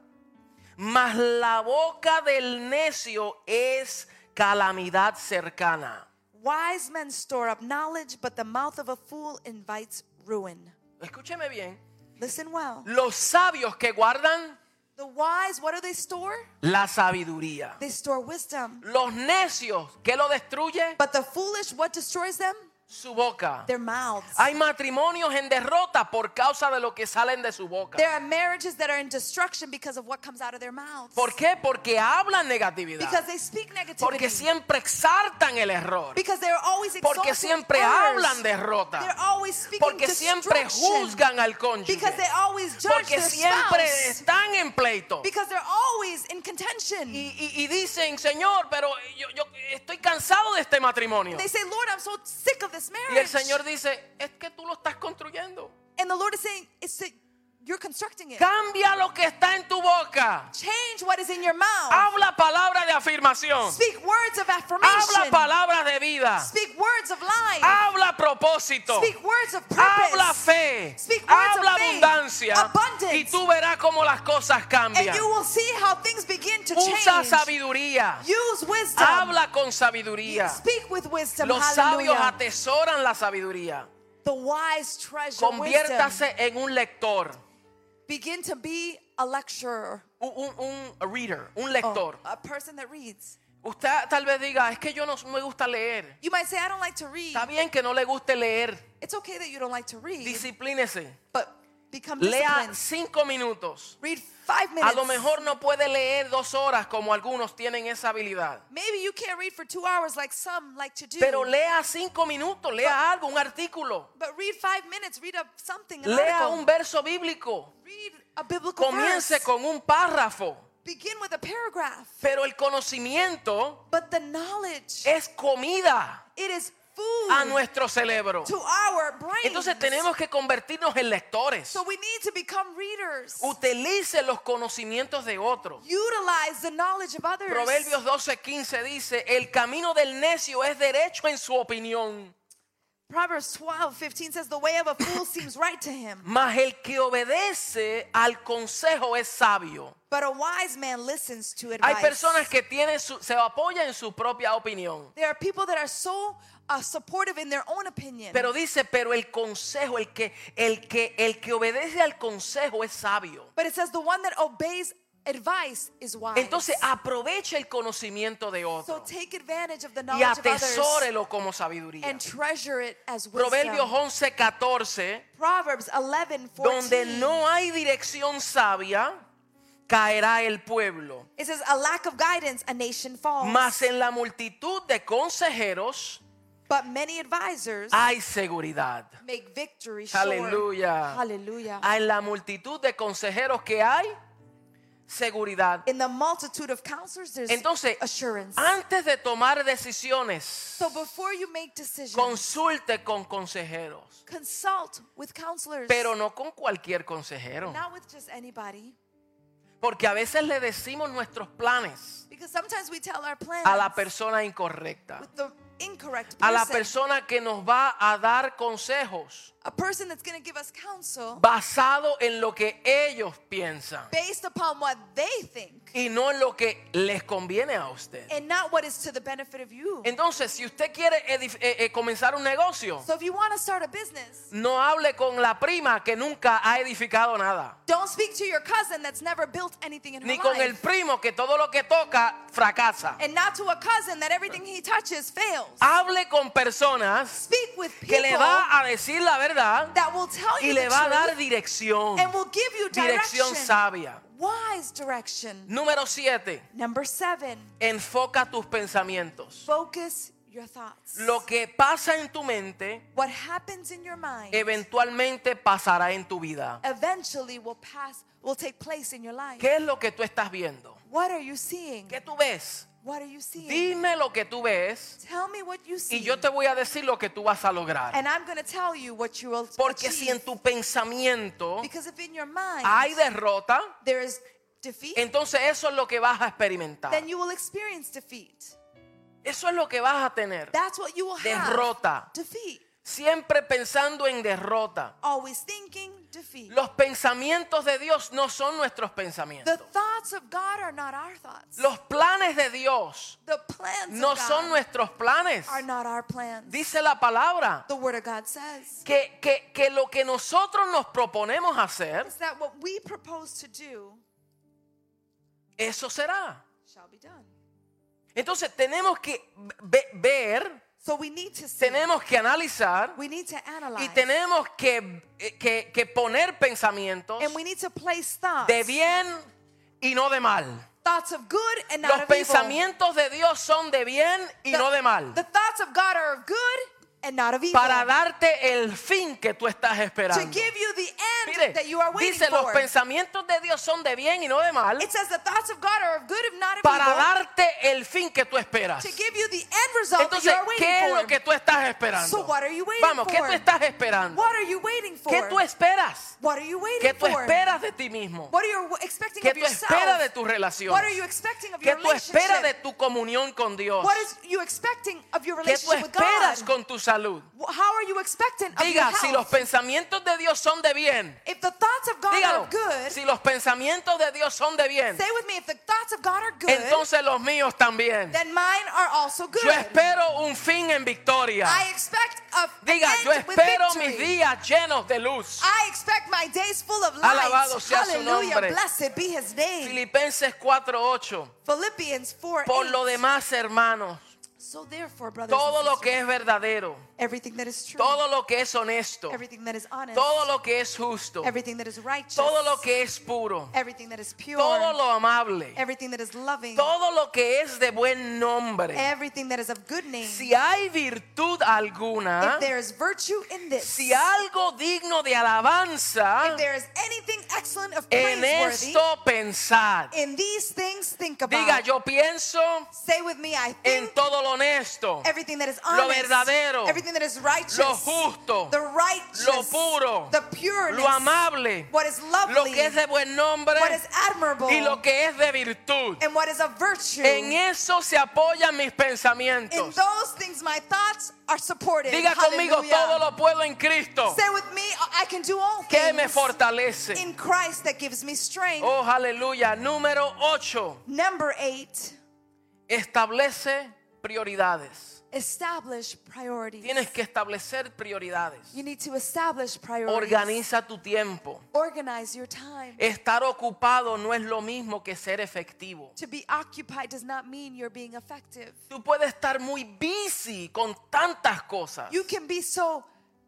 [SPEAKER 1] mas la boca del necio es calamidad cercana.
[SPEAKER 2] Wise men store up knowledge, but the mouth of a fool invites ruin.
[SPEAKER 1] Escúcheme bien.
[SPEAKER 2] Listen well.
[SPEAKER 1] Los sabios que guardan
[SPEAKER 2] The wise, what do they store?
[SPEAKER 1] la sabiduría.
[SPEAKER 2] They store wisdom.
[SPEAKER 1] Los necios que lo destruye
[SPEAKER 2] But the foolish, what destroys them?
[SPEAKER 1] su boca.
[SPEAKER 2] Their mouths.
[SPEAKER 1] Hay matrimonios en derrota por causa de lo que salen de su boca.
[SPEAKER 2] There are marriages that are in destruction because of what comes out of their mouths.
[SPEAKER 1] ¿Por qué? Porque hablan negatividad.
[SPEAKER 2] Because they speak
[SPEAKER 1] Porque
[SPEAKER 2] negativity.
[SPEAKER 1] siempre exaltan el error.
[SPEAKER 2] Because they're always
[SPEAKER 1] Porque
[SPEAKER 2] exalting
[SPEAKER 1] siempre
[SPEAKER 2] errors.
[SPEAKER 1] hablan derrota.
[SPEAKER 2] They're always speaking
[SPEAKER 1] Porque siempre
[SPEAKER 2] destruction.
[SPEAKER 1] juzgan al cónyuge.
[SPEAKER 2] Because they always judge
[SPEAKER 1] Porque
[SPEAKER 2] their
[SPEAKER 1] siempre
[SPEAKER 2] spouse.
[SPEAKER 1] están en pleito.
[SPEAKER 2] Because they're always in contention.
[SPEAKER 1] Y, y- y dicen, Señor, pero yo, yo estoy cansado de este matrimonio.
[SPEAKER 2] They say, Lord, I'm so sick of this
[SPEAKER 1] Y el
[SPEAKER 2] marriage.
[SPEAKER 1] Señor dice, es que tú lo estás construyendo.
[SPEAKER 2] and the Lord is saying, it's that you're constructing it.
[SPEAKER 1] Cambia lo que está en tu boca.
[SPEAKER 2] Change what is in your mouth.
[SPEAKER 1] Habla palabras de afirmación.
[SPEAKER 2] Speak words of
[SPEAKER 1] Habla
[SPEAKER 2] affirmation.
[SPEAKER 1] palabras de vida.
[SPEAKER 2] Speak words of life.
[SPEAKER 1] Habla propósito.
[SPEAKER 2] Speak words of purpose.
[SPEAKER 1] Habla fe.
[SPEAKER 2] Speak words
[SPEAKER 1] Habla
[SPEAKER 2] of faith,
[SPEAKER 1] abundancia.
[SPEAKER 2] abundance.
[SPEAKER 1] Y tú verás cómo las cosas cambian.
[SPEAKER 2] And you will see how things begin to
[SPEAKER 1] Usa
[SPEAKER 2] change.
[SPEAKER 1] sabiduría.
[SPEAKER 2] Use wisdom.
[SPEAKER 1] Habla con sabiduría.
[SPEAKER 2] Speak with wisdom.
[SPEAKER 1] Los sabios
[SPEAKER 2] Hallelujah.
[SPEAKER 1] atesoran la sabiduría.
[SPEAKER 2] The wise treasure wisdom.
[SPEAKER 1] Conviértase en un lector,
[SPEAKER 2] Begin to be a lecturer.
[SPEAKER 1] un, un- un reader, un
[SPEAKER 2] Oh,
[SPEAKER 1] lector.
[SPEAKER 2] a person that reads.
[SPEAKER 1] Usted tal vez diga, es que yo no me gusta leer.
[SPEAKER 2] You might say, I don't like to read.
[SPEAKER 1] Está bien que no le guste leer.
[SPEAKER 2] It's okay that you don't like to read,
[SPEAKER 1] Disciplínese.
[SPEAKER 2] but become
[SPEAKER 1] Lea
[SPEAKER 2] disciplined.
[SPEAKER 1] cinco minutos.
[SPEAKER 2] Read five minutes.
[SPEAKER 1] A lo mejor no puede leer dos horas como algunos tienen esa habilidad.
[SPEAKER 2] Maybe you can't read for two hours like some like to do.
[SPEAKER 1] Pero lea cinco minutos, lea algo, un artículo.
[SPEAKER 2] but read five minutes. Read up something. An
[SPEAKER 1] Lea
[SPEAKER 2] article.
[SPEAKER 1] un verso bíblico.
[SPEAKER 2] read a biblical
[SPEAKER 1] Comience
[SPEAKER 2] verse.
[SPEAKER 1] con un párrafo.
[SPEAKER 2] Begin with a paragraph.
[SPEAKER 1] Pero el conocimiento
[SPEAKER 2] But the knowledge,
[SPEAKER 1] es comida
[SPEAKER 2] it is food
[SPEAKER 1] Eh, a nuestro cerebro.
[SPEAKER 2] to our brains.
[SPEAKER 1] Entonces tenemos que convertirnos en lectores.
[SPEAKER 2] so we need to become readers.
[SPEAKER 1] Utilice los conocimientos de otros.
[SPEAKER 2] Utilize the knowledge of others.
[SPEAKER 1] Proverbios 12:15 dice, el camino del necio es derecho en su opinión,
[SPEAKER 2] Proverbs 12, 15 says, The way of a fool seems right to him,
[SPEAKER 1] mas el que obedece al consejo es sabio.
[SPEAKER 2] but a wise man listens to advice.
[SPEAKER 1] Hay personas que tienen su- se apoyan en su propia opinión,
[SPEAKER 2] There are people that are so uh, supportive in their own opinion.
[SPEAKER 1] pero dice, pero el consejo, el que, el que, el que obedece al consejo es sabio.
[SPEAKER 2] but it says, The one that obeys advice is wise.
[SPEAKER 1] Entonces ah, aprovecha el conocimiento de
[SPEAKER 2] so
[SPEAKER 1] otro
[SPEAKER 2] take advantage of the
[SPEAKER 1] y
[SPEAKER 2] knowledge of others
[SPEAKER 1] atesórelo como sabiduría.
[SPEAKER 2] and treasure it as wisdom.
[SPEAKER 1] Proverbios 11:14
[SPEAKER 2] Proverbs 11, 14.
[SPEAKER 1] Donde no hay dirección sabia, caerá el pueblo.
[SPEAKER 2] It says, A lack of guidance, a nation falls.
[SPEAKER 1] Mas en la multitud de consejeros
[SPEAKER 2] but many advisors
[SPEAKER 1] hay seguridad.
[SPEAKER 2] make victory sure.
[SPEAKER 1] Aleluya.
[SPEAKER 2] Hallelujah.
[SPEAKER 1] En la multitud de consejeros que hay, seguridad.
[SPEAKER 2] In the multitude of counselors, there's
[SPEAKER 1] Entonces,
[SPEAKER 2] assurance.
[SPEAKER 1] Antes de tomar decisiones,
[SPEAKER 2] so before you make decisions,
[SPEAKER 1] consulte con consejeros,
[SPEAKER 2] consult with counselors,
[SPEAKER 1] pero no con cualquier consejero,
[SPEAKER 2] not with just anybody.
[SPEAKER 1] porque a veces le decimos nuestros planes
[SPEAKER 2] Because sometimes we tell our plans
[SPEAKER 1] a la persona incorrecta,
[SPEAKER 2] with the incorrect
[SPEAKER 1] a
[SPEAKER 2] person,
[SPEAKER 1] la persona que nos va a dar consejos
[SPEAKER 2] a person that's going to give us counsel
[SPEAKER 1] basado en lo que ellos piensan
[SPEAKER 2] based upon what they think
[SPEAKER 1] y no en lo que les conviene a usted.
[SPEAKER 2] and not what is to the benefit of you.
[SPEAKER 1] Entonces, si usted quiere edif- eh, eh, comenzar un negocio,
[SPEAKER 2] so if you want to start a business,
[SPEAKER 1] no hable con la prima que nunca ha edificado nada.
[SPEAKER 2] don't speak to your cousin that's never built anything in her
[SPEAKER 1] ni con el
[SPEAKER 2] life.
[SPEAKER 1] primo que todo lo que toca fracasa.
[SPEAKER 2] and not to a cousin that everything he touches fails.
[SPEAKER 1] Hable con personas
[SPEAKER 2] Speak with
[SPEAKER 1] Ah, que
[SPEAKER 2] people
[SPEAKER 1] le va a decir la verdad
[SPEAKER 2] that will tell
[SPEAKER 1] y
[SPEAKER 2] you
[SPEAKER 1] le
[SPEAKER 2] the
[SPEAKER 1] va a dar
[SPEAKER 2] truth
[SPEAKER 1] dirección,
[SPEAKER 2] and will give you
[SPEAKER 1] dirección
[SPEAKER 2] direction,
[SPEAKER 1] sabia.
[SPEAKER 2] wise direction.
[SPEAKER 1] Número 7.
[SPEAKER 2] Number seven,
[SPEAKER 1] Enfoca tus pensamientos.
[SPEAKER 2] focus your thoughts.
[SPEAKER 1] Lo que pasa en tu mente
[SPEAKER 2] what happens in your mind
[SPEAKER 1] eventualmente pasará en tu vida.
[SPEAKER 2] eventually will pass, will take place in your life.
[SPEAKER 1] ¿Qué es lo que tú estás viendo?
[SPEAKER 2] What are you seeing?
[SPEAKER 1] ¿Qué tú ves?
[SPEAKER 2] What are you seeing?
[SPEAKER 1] Dime lo que tú ves
[SPEAKER 2] Tell me what you see.
[SPEAKER 1] y yo te voy a decir lo que tú vas a lograr.
[SPEAKER 2] and I'm going to tell you what you will
[SPEAKER 1] Porque si
[SPEAKER 2] achieve.
[SPEAKER 1] en tu pensamiento
[SPEAKER 2] because if in your mind
[SPEAKER 1] hay derrota,
[SPEAKER 2] there is defeat,
[SPEAKER 1] entonces eso es lo que vas a experimentar.
[SPEAKER 2] then you will experience defeat.
[SPEAKER 1] Eso es lo que vas a tener.
[SPEAKER 2] That's what you will have.
[SPEAKER 1] Derrota.
[SPEAKER 2] Defeat.
[SPEAKER 1] Siempre pensando en derrota.
[SPEAKER 2] Always thinking defeat.
[SPEAKER 1] Los pensamientos de Dios no son nuestros
[SPEAKER 2] The
[SPEAKER 1] pensamientos.
[SPEAKER 2] thoughts of God are not our thoughts.
[SPEAKER 1] Los planes de Dios
[SPEAKER 2] the plans
[SPEAKER 1] no
[SPEAKER 2] of God
[SPEAKER 1] son nuestros planes.
[SPEAKER 2] are not our plans.
[SPEAKER 1] Dice la palabra
[SPEAKER 2] the Word of God says
[SPEAKER 1] que, que- que lo que nosotros nos proponemos hacer,
[SPEAKER 2] is that what we propose to do
[SPEAKER 1] eso será.
[SPEAKER 2] shall be done.
[SPEAKER 1] Entonces tenemos que ve- ver,
[SPEAKER 2] So we need to see.
[SPEAKER 1] tenemos que analizar
[SPEAKER 2] we need to analyze.
[SPEAKER 1] y tenemos que, eh, que- que poner pensamientos
[SPEAKER 2] and we need to place thoughts.
[SPEAKER 1] de bien y no de mal.
[SPEAKER 2] thoughts of good and not
[SPEAKER 1] Los
[SPEAKER 2] of evil.
[SPEAKER 1] pensamientos de Dios son de bien y
[SPEAKER 2] The-
[SPEAKER 1] no de mal.
[SPEAKER 2] The thoughts of God are of good and not of evil.
[SPEAKER 1] Para darte el fin que tú estás
[SPEAKER 2] to
[SPEAKER 1] esperando.
[SPEAKER 2] give you the end
[SPEAKER 1] Mire,
[SPEAKER 2] that you are waiting
[SPEAKER 1] dice los
[SPEAKER 2] for.
[SPEAKER 1] pensamientos de Dios son de bien y no de mal.
[SPEAKER 2] It says the thoughts of God are of good and not of
[SPEAKER 1] Para
[SPEAKER 2] evil.
[SPEAKER 1] darte el fin que tú esperas.
[SPEAKER 2] to give you the end result
[SPEAKER 1] Entonces,
[SPEAKER 2] that you're waiting
[SPEAKER 1] ¿qué es
[SPEAKER 2] for.
[SPEAKER 1] lo que tú estás esperando?
[SPEAKER 2] So what are you waiting
[SPEAKER 1] Vamos, ¿qué tú
[SPEAKER 2] for?
[SPEAKER 1] estás esperando?
[SPEAKER 2] What are you waiting for?
[SPEAKER 1] ¿Qué tú esperas?
[SPEAKER 2] what are you waiting
[SPEAKER 1] ¿Qué tú
[SPEAKER 2] for?
[SPEAKER 1] esperas de ti mismo?
[SPEAKER 2] What are you expecting
[SPEAKER 1] ¿Qué
[SPEAKER 2] of
[SPEAKER 1] tú
[SPEAKER 2] yourself?
[SPEAKER 1] esperas de tus
[SPEAKER 2] what are you
[SPEAKER 1] relaciones?
[SPEAKER 2] expecting of
[SPEAKER 1] ¿Qué
[SPEAKER 2] your
[SPEAKER 1] tú esperas
[SPEAKER 2] relationship?
[SPEAKER 1] de tu comunión con Dios?
[SPEAKER 2] what is you expecting of your
[SPEAKER 1] ¿Qué tú
[SPEAKER 2] relationship with
[SPEAKER 1] esperas
[SPEAKER 2] God?
[SPEAKER 1] con tu salud?
[SPEAKER 2] Wh- How are you expectant of your
[SPEAKER 1] Diga,
[SPEAKER 2] health?
[SPEAKER 1] si los pensamientos de Dios son de bien,
[SPEAKER 2] if the thoughts of God
[SPEAKER 1] dígalo.
[SPEAKER 2] are good,
[SPEAKER 1] Si los pensamientos de Dios son de bien,
[SPEAKER 2] say with me, if the thoughts of God are good,
[SPEAKER 1] entonces los míos también.
[SPEAKER 2] then mine are also good.
[SPEAKER 1] Yo espero un fin en victoria.
[SPEAKER 2] I expect a
[SPEAKER 1] Diga,
[SPEAKER 2] an
[SPEAKER 1] yo
[SPEAKER 2] end with
[SPEAKER 1] espero
[SPEAKER 2] victory.
[SPEAKER 1] mis días llenos de luz.
[SPEAKER 2] I expect my days full of light.
[SPEAKER 1] Alabado sea su
[SPEAKER 2] Hallelujah.
[SPEAKER 1] nombre.
[SPEAKER 2] Blessed be his name.
[SPEAKER 1] Filipenses 4:8.
[SPEAKER 2] Philippians 4
[SPEAKER 1] Por lo
[SPEAKER 2] 8.
[SPEAKER 1] demás, hermanos,
[SPEAKER 2] So therefore, brothers
[SPEAKER 1] todo
[SPEAKER 2] and
[SPEAKER 1] lo
[SPEAKER 2] sisters,
[SPEAKER 1] que es verdadero,
[SPEAKER 2] everything that is true,
[SPEAKER 1] todo lo que es honesto,
[SPEAKER 2] everything that is honest,
[SPEAKER 1] todo lo que es justo,
[SPEAKER 2] everything that is righteous,
[SPEAKER 1] todo lo que es puro,
[SPEAKER 2] everything that is pure,
[SPEAKER 1] todo lo amable,
[SPEAKER 2] everything that is loving,
[SPEAKER 1] todo lo que es de buen nombre.
[SPEAKER 2] everything that is of good name.
[SPEAKER 1] Si hay virtud alguna,
[SPEAKER 2] if there is virtue in this,
[SPEAKER 1] si algo digno de alabanza,
[SPEAKER 2] if there is anything excellent of
[SPEAKER 1] en
[SPEAKER 2] praiseworthy,
[SPEAKER 1] esto pensad.
[SPEAKER 2] in these things think about.
[SPEAKER 1] Diga, yo pienso
[SPEAKER 2] Say with me, I
[SPEAKER 1] en
[SPEAKER 2] think
[SPEAKER 1] todo lo honesto,
[SPEAKER 2] everything that is
[SPEAKER 1] lo
[SPEAKER 2] honest,
[SPEAKER 1] verdadero,
[SPEAKER 2] everything that is righteous,
[SPEAKER 1] lo justo,
[SPEAKER 2] the righteous,
[SPEAKER 1] lo puro,
[SPEAKER 2] the pureness,
[SPEAKER 1] lo amable,
[SPEAKER 2] what is lovely,
[SPEAKER 1] lo que es de buen nombre
[SPEAKER 2] what is admirable,
[SPEAKER 1] y lo que es de virtud.
[SPEAKER 2] and what is of virtue.
[SPEAKER 1] En eso se apoyan mis
[SPEAKER 2] In
[SPEAKER 1] pensamientos.
[SPEAKER 2] those things, my thoughts are supported.
[SPEAKER 1] Diga conmigo,
[SPEAKER 2] Hallelujah.
[SPEAKER 1] todo lo puedo en Cristo
[SPEAKER 2] Say with me, I can do all
[SPEAKER 1] que
[SPEAKER 2] things
[SPEAKER 1] me fortalece.
[SPEAKER 2] in Christ that gives me strength.
[SPEAKER 1] Oh, aleluya. Número 8.
[SPEAKER 2] Number eight,
[SPEAKER 1] Establece prioridades.
[SPEAKER 2] establish priorities.
[SPEAKER 1] Tienes que establecer prioridades.
[SPEAKER 2] You need to establish priorities.
[SPEAKER 1] Organiza tu tiempo.
[SPEAKER 2] Organize your time.
[SPEAKER 1] Estar ocupado no es lo mismo que ser efectivo.
[SPEAKER 2] to be occupied does not mean you're being effective.
[SPEAKER 1] Tú puedes estar muy busy con tantas cosas,
[SPEAKER 2] You can be so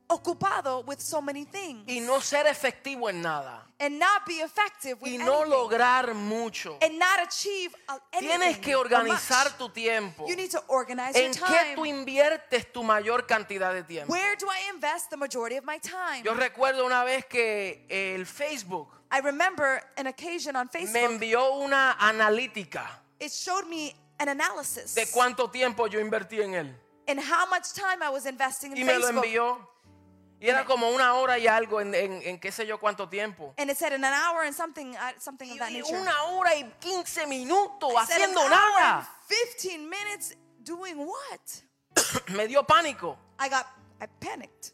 [SPEAKER 2] ocupado with so many things
[SPEAKER 1] y no ser efectivo en nada
[SPEAKER 2] and not be effective with
[SPEAKER 1] y no
[SPEAKER 2] anything,
[SPEAKER 1] lograr mucho.
[SPEAKER 2] and not achieve a- anything
[SPEAKER 1] Tienes que
[SPEAKER 2] or much.
[SPEAKER 1] organizar tu tiempo.
[SPEAKER 2] You need to organize
[SPEAKER 1] ¿En
[SPEAKER 2] your
[SPEAKER 1] qué tú
[SPEAKER 2] time.
[SPEAKER 1] inviertes tu mayor cantidad de tiempo?
[SPEAKER 2] Where do I invest the majority of my time?
[SPEAKER 1] Yo recuerdo una vez que eh, el Facebook
[SPEAKER 2] I remember an occasion on
[SPEAKER 1] me
[SPEAKER 2] Facebook.
[SPEAKER 1] envió una analítica
[SPEAKER 2] It showed me an analysis
[SPEAKER 1] de cuánto tiempo yo invertí en él.
[SPEAKER 2] and how much time I was investing
[SPEAKER 1] Y
[SPEAKER 2] in
[SPEAKER 1] me lo
[SPEAKER 2] Facebook.
[SPEAKER 1] envió. Y era como una hora y algo en, en- en qué sé yo cuánto tiempo.
[SPEAKER 2] And it said in an hour and something, uh, something of that
[SPEAKER 1] Y
[SPEAKER 2] nature.
[SPEAKER 1] una hora y 15 minutos
[SPEAKER 2] I said, "An
[SPEAKER 1] haciendo
[SPEAKER 2] hour and
[SPEAKER 1] nada.
[SPEAKER 2] 15 minutes doing what?
[SPEAKER 1] Me dio pánico.
[SPEAKER 2] I got, I panicked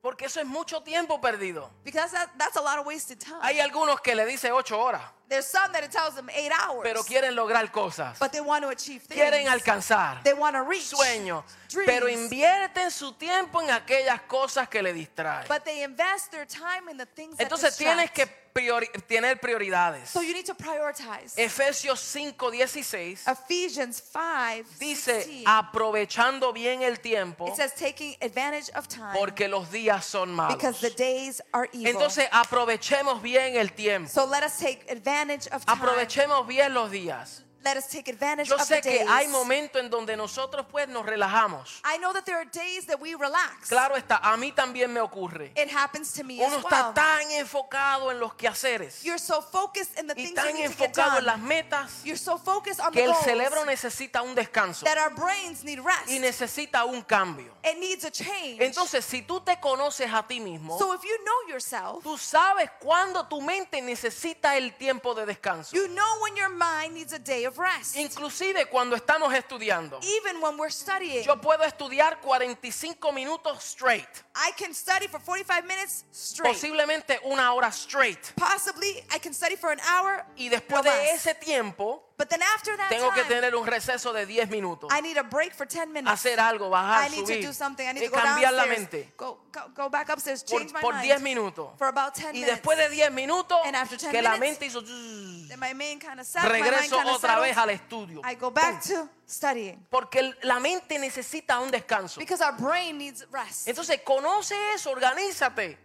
[SPEAKER 1] Porque eso es mucho tiempo perdido.
[SPEAKER 2] because that, that's a lot of wasted time.
[SPEAKER 1] Hay algunos que le dice 8 horas,
[SPEAKER 2] There's some that it tells them eight hours,
[SPEAKER 1] pero quieren lograr cosas.
[SPEAKER 2] but they want to achieve things.
[SPEAKER 1] Quieren alcanzar
[SPEAKER 2] they want to reach
[SPEAKER 1] sueños.
[SPEAKER 2] dreams,
[SPEAKER 1] Pero invierten su tiempo en aquellas cosas que le distraen.
[SPEAKER 2] but they invest their time in the things that
[SPEAKER 1] Entonces tienes
[SPEAKER 2] distract.
[SPEAKER 1] que priori- tener prioridades.
[SPEAKER 2] So you need to prioritize.
[SPEAKER 1] Efesios 5, 16
[SPEAKER 2] Ephesians 5
[SPEAKER 1] dice,
[SPEAKER 2] 16,
[SPEAKER 1] aprovechando bien el tiempo,
[SPEAKER 2] it says taking advantage of time
[SPEAKER 1] porque los días son malos.
[SPEAKER 2] because the days are evil.
[SPEAKER 1] Entonces aprovechemos bien el tiempo.
[SPEAKER 2] so let us take advantage of time.
[SPEAKER 1] Aprovechemos bien los días.
[SPEAKER 2] Let us take advantage
[SPEAKER 1] Yo
[SPEAKER 2] of the
[SPEAKER 1] sé que
[SPEAKER 2] days.
[SPEAKER 1] hay momentos en donde nosotros pues nos relajamos.
[SPEAKER 2] I know that there are days that we relax.
[SPEAKER 1] Claro está, a mí también me ocurre.
[SPEAKER 2] It happens to me
[SPEAKER 1] Uno
[SPEAKER 2] as well.
[SPEAKER 1] está tan enfocado en los quehaceres
[SPEAKER 2] You're so focused in the
[SPEAKER 1] y
[SPEAKER 2] things you
[SPEAKER 1] tan
[SPEAKER 2] need to get
[SPEAKER 1] enfocado en
[SPEAKER 2] done.
[SPEAKER 1] las metas
[SPEAKER 2] You're so focused on
[SPEAKER 1] que
[SPEAKER 2] the
[SPEAKER 1] el
[SPEAKER 2] goals
[SPEAKER 1] cerebro necesita un descanso
[SPEAKER 2] that our brains need rest.
[SPEAKER 1] y necesita un cambio.
[SPEAKER 2] it needs a change.
[SPEAKER 1] Entonces, si tú te conoces a ti mismo,
[SPEAKER 2] so if you know yourself,
[SPEAKER 1] tú sabes cuándo tu mente necesita el tiempo de descanso.
[SPEAKER 2] you know when your mind needs a day of rest.
[SPEAKER 1] Inclusive cuando estamos estudiando.
[SPEAKER 2] Even when we're studying,
[SPEAKER 1] Yo puedo estudiar 45 minutos straight,
[SPEAKER 2] I can study for 45 minutes straight.
[SPEAKER 1] posiblemente una hora straight.
[SPEAKER 2] Possibly, I can study for an hour.
[SPEAKER 1] Y después
[SPEAKER 2] or
[SPEAKER 1] de
[SPEAKER 2] less.
[SPEAKER 1] ese tiempo,
[SPEAKER 2] but then after that
[SPEAKER 1] tengo que
[SPEAKER 2] time,
[SPEAKER 1] tener un receso de 10 minutos.
[SPEAKER 2] I need a break for 10 minutes.
[SPEAKER 1] Hacer algo,
[SPEAKER 2] I
[SPEAKER 1] bajar,
[SPEAKER 2] need to
[SPEAKER 1] subir
[SPEAKER 2] do something. I need
[SPEAKER 1] y
[SPEAKER 2] to go
[SPEAKER 1] cambiar la
[SPEAKER 2] downstairs.
[SPEAKER 1] mente
[SPEAKER 2] Go, go, go back upstairs. Change
[SPEAKER 1] por,
[SPEAKER 2] my
[SPEAKER 1] por
[SPEAKER 2] mind.
[SPEAKER 1] 10 minutos.
[SPEAKER 2] For about 10
[SPEAKER 1] Y
[SPEAKER 2] minutes.
[SPEAKER 1] después de 10 minutos,
[SPEAKER 2] And after 10
[SPEAKER 1] que la
[SPEAKER 2] minutes,
[SPEAKER 1] mente hizo... zzzz,
[SPEAKER 2] Then my main kind of set, my mind
[SPEAKER 1] Regreso
[SPEAKER 2] kind of
[SPEAKER 1] otra
[SPEAKER 2] settles.
[SPEAKER 1] vez al estudio.
[SPEAKER 2] I go back to studying
[SPEAKER 1] Porque el- la mente necesita un descanso.
[SPEAKER 2] because our brain needs rest.
[SPEAKER 1] Entonces, conoce eso, organízate.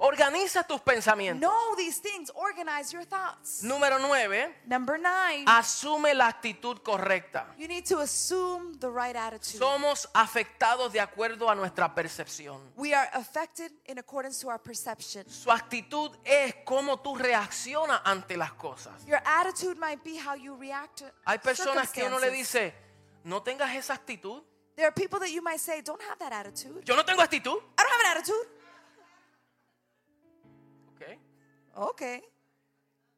[SPEAKER 1] Organiza tus pensamientos.
[SPEAKER 2] Know these things. Organize your thoughts.
[SPEAKER 1] Número 9.
[SPEAKER 2] Number nine,
[SPEAKER 1] Ah. Asume la actitud correcta.
[SPEAKER 2] you need to assume the right attitude.
[SPEAKER 1] Somos afectados de acuerdo a nuestra percepción.
[SPEAKER 2] We are affected in accordance to our perception.
[SPEAKER 1] Su actitud es cómo tú reaccionas ante las cosas.
[SPEAKER 2] Your attitude might be how you react to
[SPEAKER 1] Hay personas que uno le
[SPEAKER 2] circumstances.
[SPEAKER 1] dice, no tengas esa actitud.
[SPEAKER 2] There are people that you might say, don't have that attitude.
[SPEAKER 1] Yo no tengo actitud.
[SPEAKER 2] I don't have an attitude.
[SPEAKER 1] Ok.
[SPEAKER 2] Okay.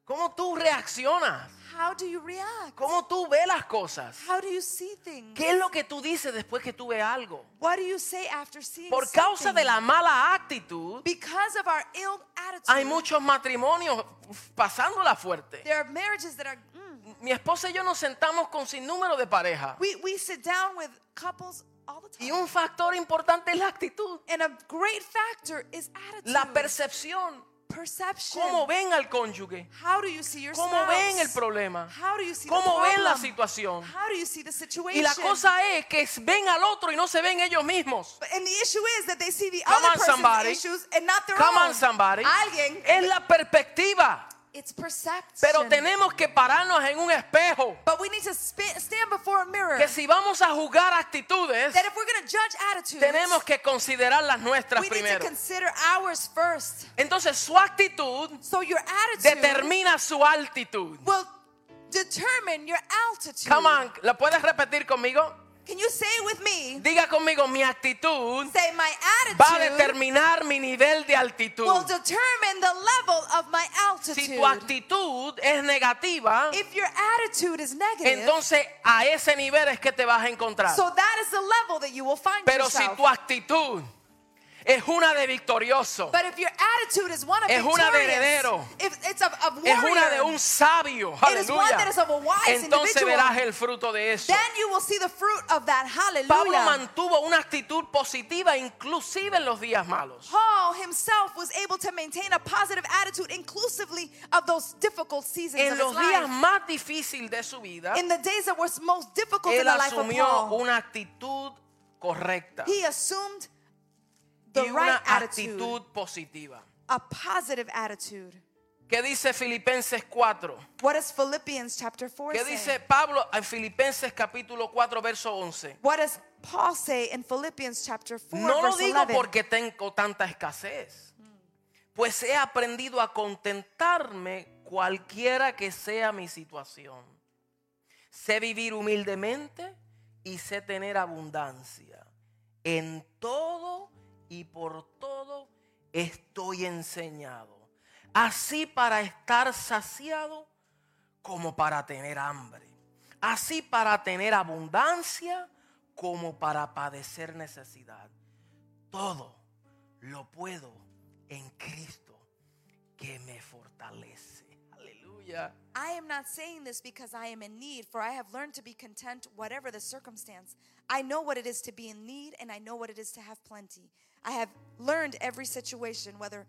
[SPEAKER 1] ¿Cómo tú reaccionas?
[SPEAKER 2] How do you react?
[SPEAKER 1] ¿Cómo tú ves las cosas?
[SPEAKER 2] How do you see things?
[SPEAKER 1] ¿Qué es lo que tú dices después que tú ves algo?
[SPEAKER 2] What do you say after seeing
[SPEAKER 1] Por causa de
[SPEAKER 2] something?
[SPEAKER 1] la mala actitud,
[SPEAKER 2] Because of our ill attitude,
[SPEAKER 1] hay muchos matrimonios uf, pasándola fuerte.
[SPEAKER 2] there are marriages that are. mm.
[SPEAKER 1] Mi esposa y yo nos sentamos con sin número de parejas.
[SPEAKER 2] we, we sit down with couples all the time.
[SPEAKER 1] Y un factor importante es la actitud,
[SPEAKER 2] and a great factor is attitude.
[SPEAKER 1] la percepción.
[SPEAKER 2] perception.
[SPEAKER 1] ¿Cómo ven al cónyuge?
[SPEAKER 2] How do you see your
[SPEAKER 1] ¿Cómo
[SPEAKER 2] spouse?
[SPEAKER 1] ven el problema?
[SPEAKER 2] How do you see the
[SPEAKER 1] ¿Cómo
[SPEAKER 2] problem?
[SPEAKER 1] ven la situación?
[SPEAKER 2] How do you see the situation?
[SPEAKER 1] Y la cosa es que ven al otro y no se ven ellos mismos.
[SPEAKER 2] But- and the issue is that they see the
[SPEAKER 1] Come
[SPEAKER 2] other
[SPEAKER 1] on,
[SPEAKER 2] person's
[SPEAKER 1] somebody.
[SPEAKER 2] issues and not their
[SPEAKER 1] Come
[SPEAKER 2] own.
[SPEAKER 1] on, somebody.
[SPEAKER 2] Alguien.
[SPEAKER 1] Es la perspectiva.
[SPEAKER 2] It's perception.
[SPEAKER 1] Pero tenemos que pararnos en un espejo.
[SPEAKER 2] but we need to sp- stand before a mirror.
[SPEAKER 1] Que si vamos a juzgar actitudes,
[SPEAKER 2] that if we're going to judge attitudes,
[SPEAKER 1] tenemos que considerar las nuestras
[SPEAKER 2] we need to
[SPEAKER 1] primero.
[SPEAKER 2] consider ours first.
[SPEAKER 1] Entonces su actitud
[SPEAKER 2] So your attitude
[SPEAKER 1] determina su altitud.
[SPEAKER 2] will determine your altitude.
[SPEAKER 1] Come on, ¿la puedes repetir conmigo?
[SPEAKER 2] Can you say it with me?
[SPEAKER 1] Diga conmigo, mi actitud
[SPEAKER 2] Say my
[SPEAKER 1] va a
[SPEAKER 2] attitude
[SPEAKER 1] determinar mi nivel de
[SPEAKER 2] will
[SPEAKER 1] altitud.
[SPEAKER 2] determine the level of my altitude.
[SPEAKER 1] Si tu actitud es negativa,
[SPEAKER 2] if your attitude is negative,
[SPEAKER 1] entonces a ese nivel es que te vas a encontrar.
[SPEAKER 2] so that is the level that you will find
[SPEAKER 1] Ah. Pero si
[SPEAKER 2] yourself.
[SPEAKER 1] tu actitud es una de victorioso,
[SPEAKER 2] But if your attitude is one of
[SPEAKER 1] Es una de
[SPEAKER 2] victorious,
[SPEAKER 1] heredero.
[SPEAKER 2] if it's of, of
[SPEAKER 1] es
[SPEAKER 2] warrior,
[SPEAKER 1] una de un sabio,
[SPEAKER 2] It is one that
[SPEAKER 1] aleluya,
[SPEAKER 2] is of a wise
[SPEAKER 1] entonces
[SPEAKER 2] individual.
[SPEAKER 1] verás el fruto de eso.
[SPEAKER 2] then you will see the fruit of that. Hallelujah.
[SPEAKER 1] Pablo mantuvo una actitud positiva inclusive en los días malos.
[SPEAKER 2] Paul himself was able to maintain a positive attitude inclusively of those difficult seasons
[SPEAKER 1] En
[SPEAKER 2] of his
[SPEAKER 1] los días
[SPEAKER 2] life.
[SPEAKER 1] más difíciles de su vida,
[SPEAKER 2] In the days that were most difficult in
[SPEAKER 1] él
[SPEAKER 2] the life of
[SPEAKER 1] asumió
[SPEAKER 2] Paul,
[SPEAKER 1] una actitud correcta.
[SPEAKER 2] he assumed the
[SPEAKER 1] y una
[SPEAKER 2] right attitude,
[SPEAKER 1] actitud positiva.
[SPEAKER 2] a positive attitude.
[SPEAKER 1] ¿Qué dice Filipenses 4?
[SPEAKER 2] What does Philippians chapter 4
[SPEAKER 1] ¿Qué
[SPEAKER 2] say?
[SPEAKER 1] dice Pablo en Filipenses capítulo 4 verso 11?
[SPEAKER 2] What does Paul say in Philippians chapter 4
[SPEAKER 1] No lo
[SPEAKER 2] verse
[SPEAKER 1] digo
[SPEAKER 2] 11?
[SPEAKER 1] porque tengo tanta escasez, pues he aprendido a contentarme cualquiera que sea mi situación. Sé vivir humildemente y sé tener abundancia. En todo y por todo estoy enseñado. Así para estar saciado como para tener hambre. Así para tener abundancia como para padecer necesidad. Todo lo puedo en Cristo que me fortalece. Aleluya.
[SPEAKER 2] I am not saying this because I am in need, for I have learned to be content whatever the circumstance. I know what it is to be in need, and I know what it is to have plenty. I have learned every situation, whether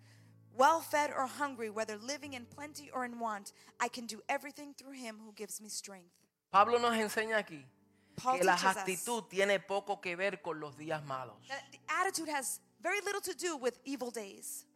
[SPEAKER 2] well fed or hungry, whether living in plenty or in want, I can do everything through Him who gives me strength.
[SPEAKER 1] Pablo nos enseña aquí
[SPEAKER 2] Paul
[SPEAKER 1] que la
[SPEAKER 2] teaches us Eh.
[SPEAKER 1] actitud tiene poco que ver con los días malos.
[SPEAKER 2] that the attitude has very little to do with evil days.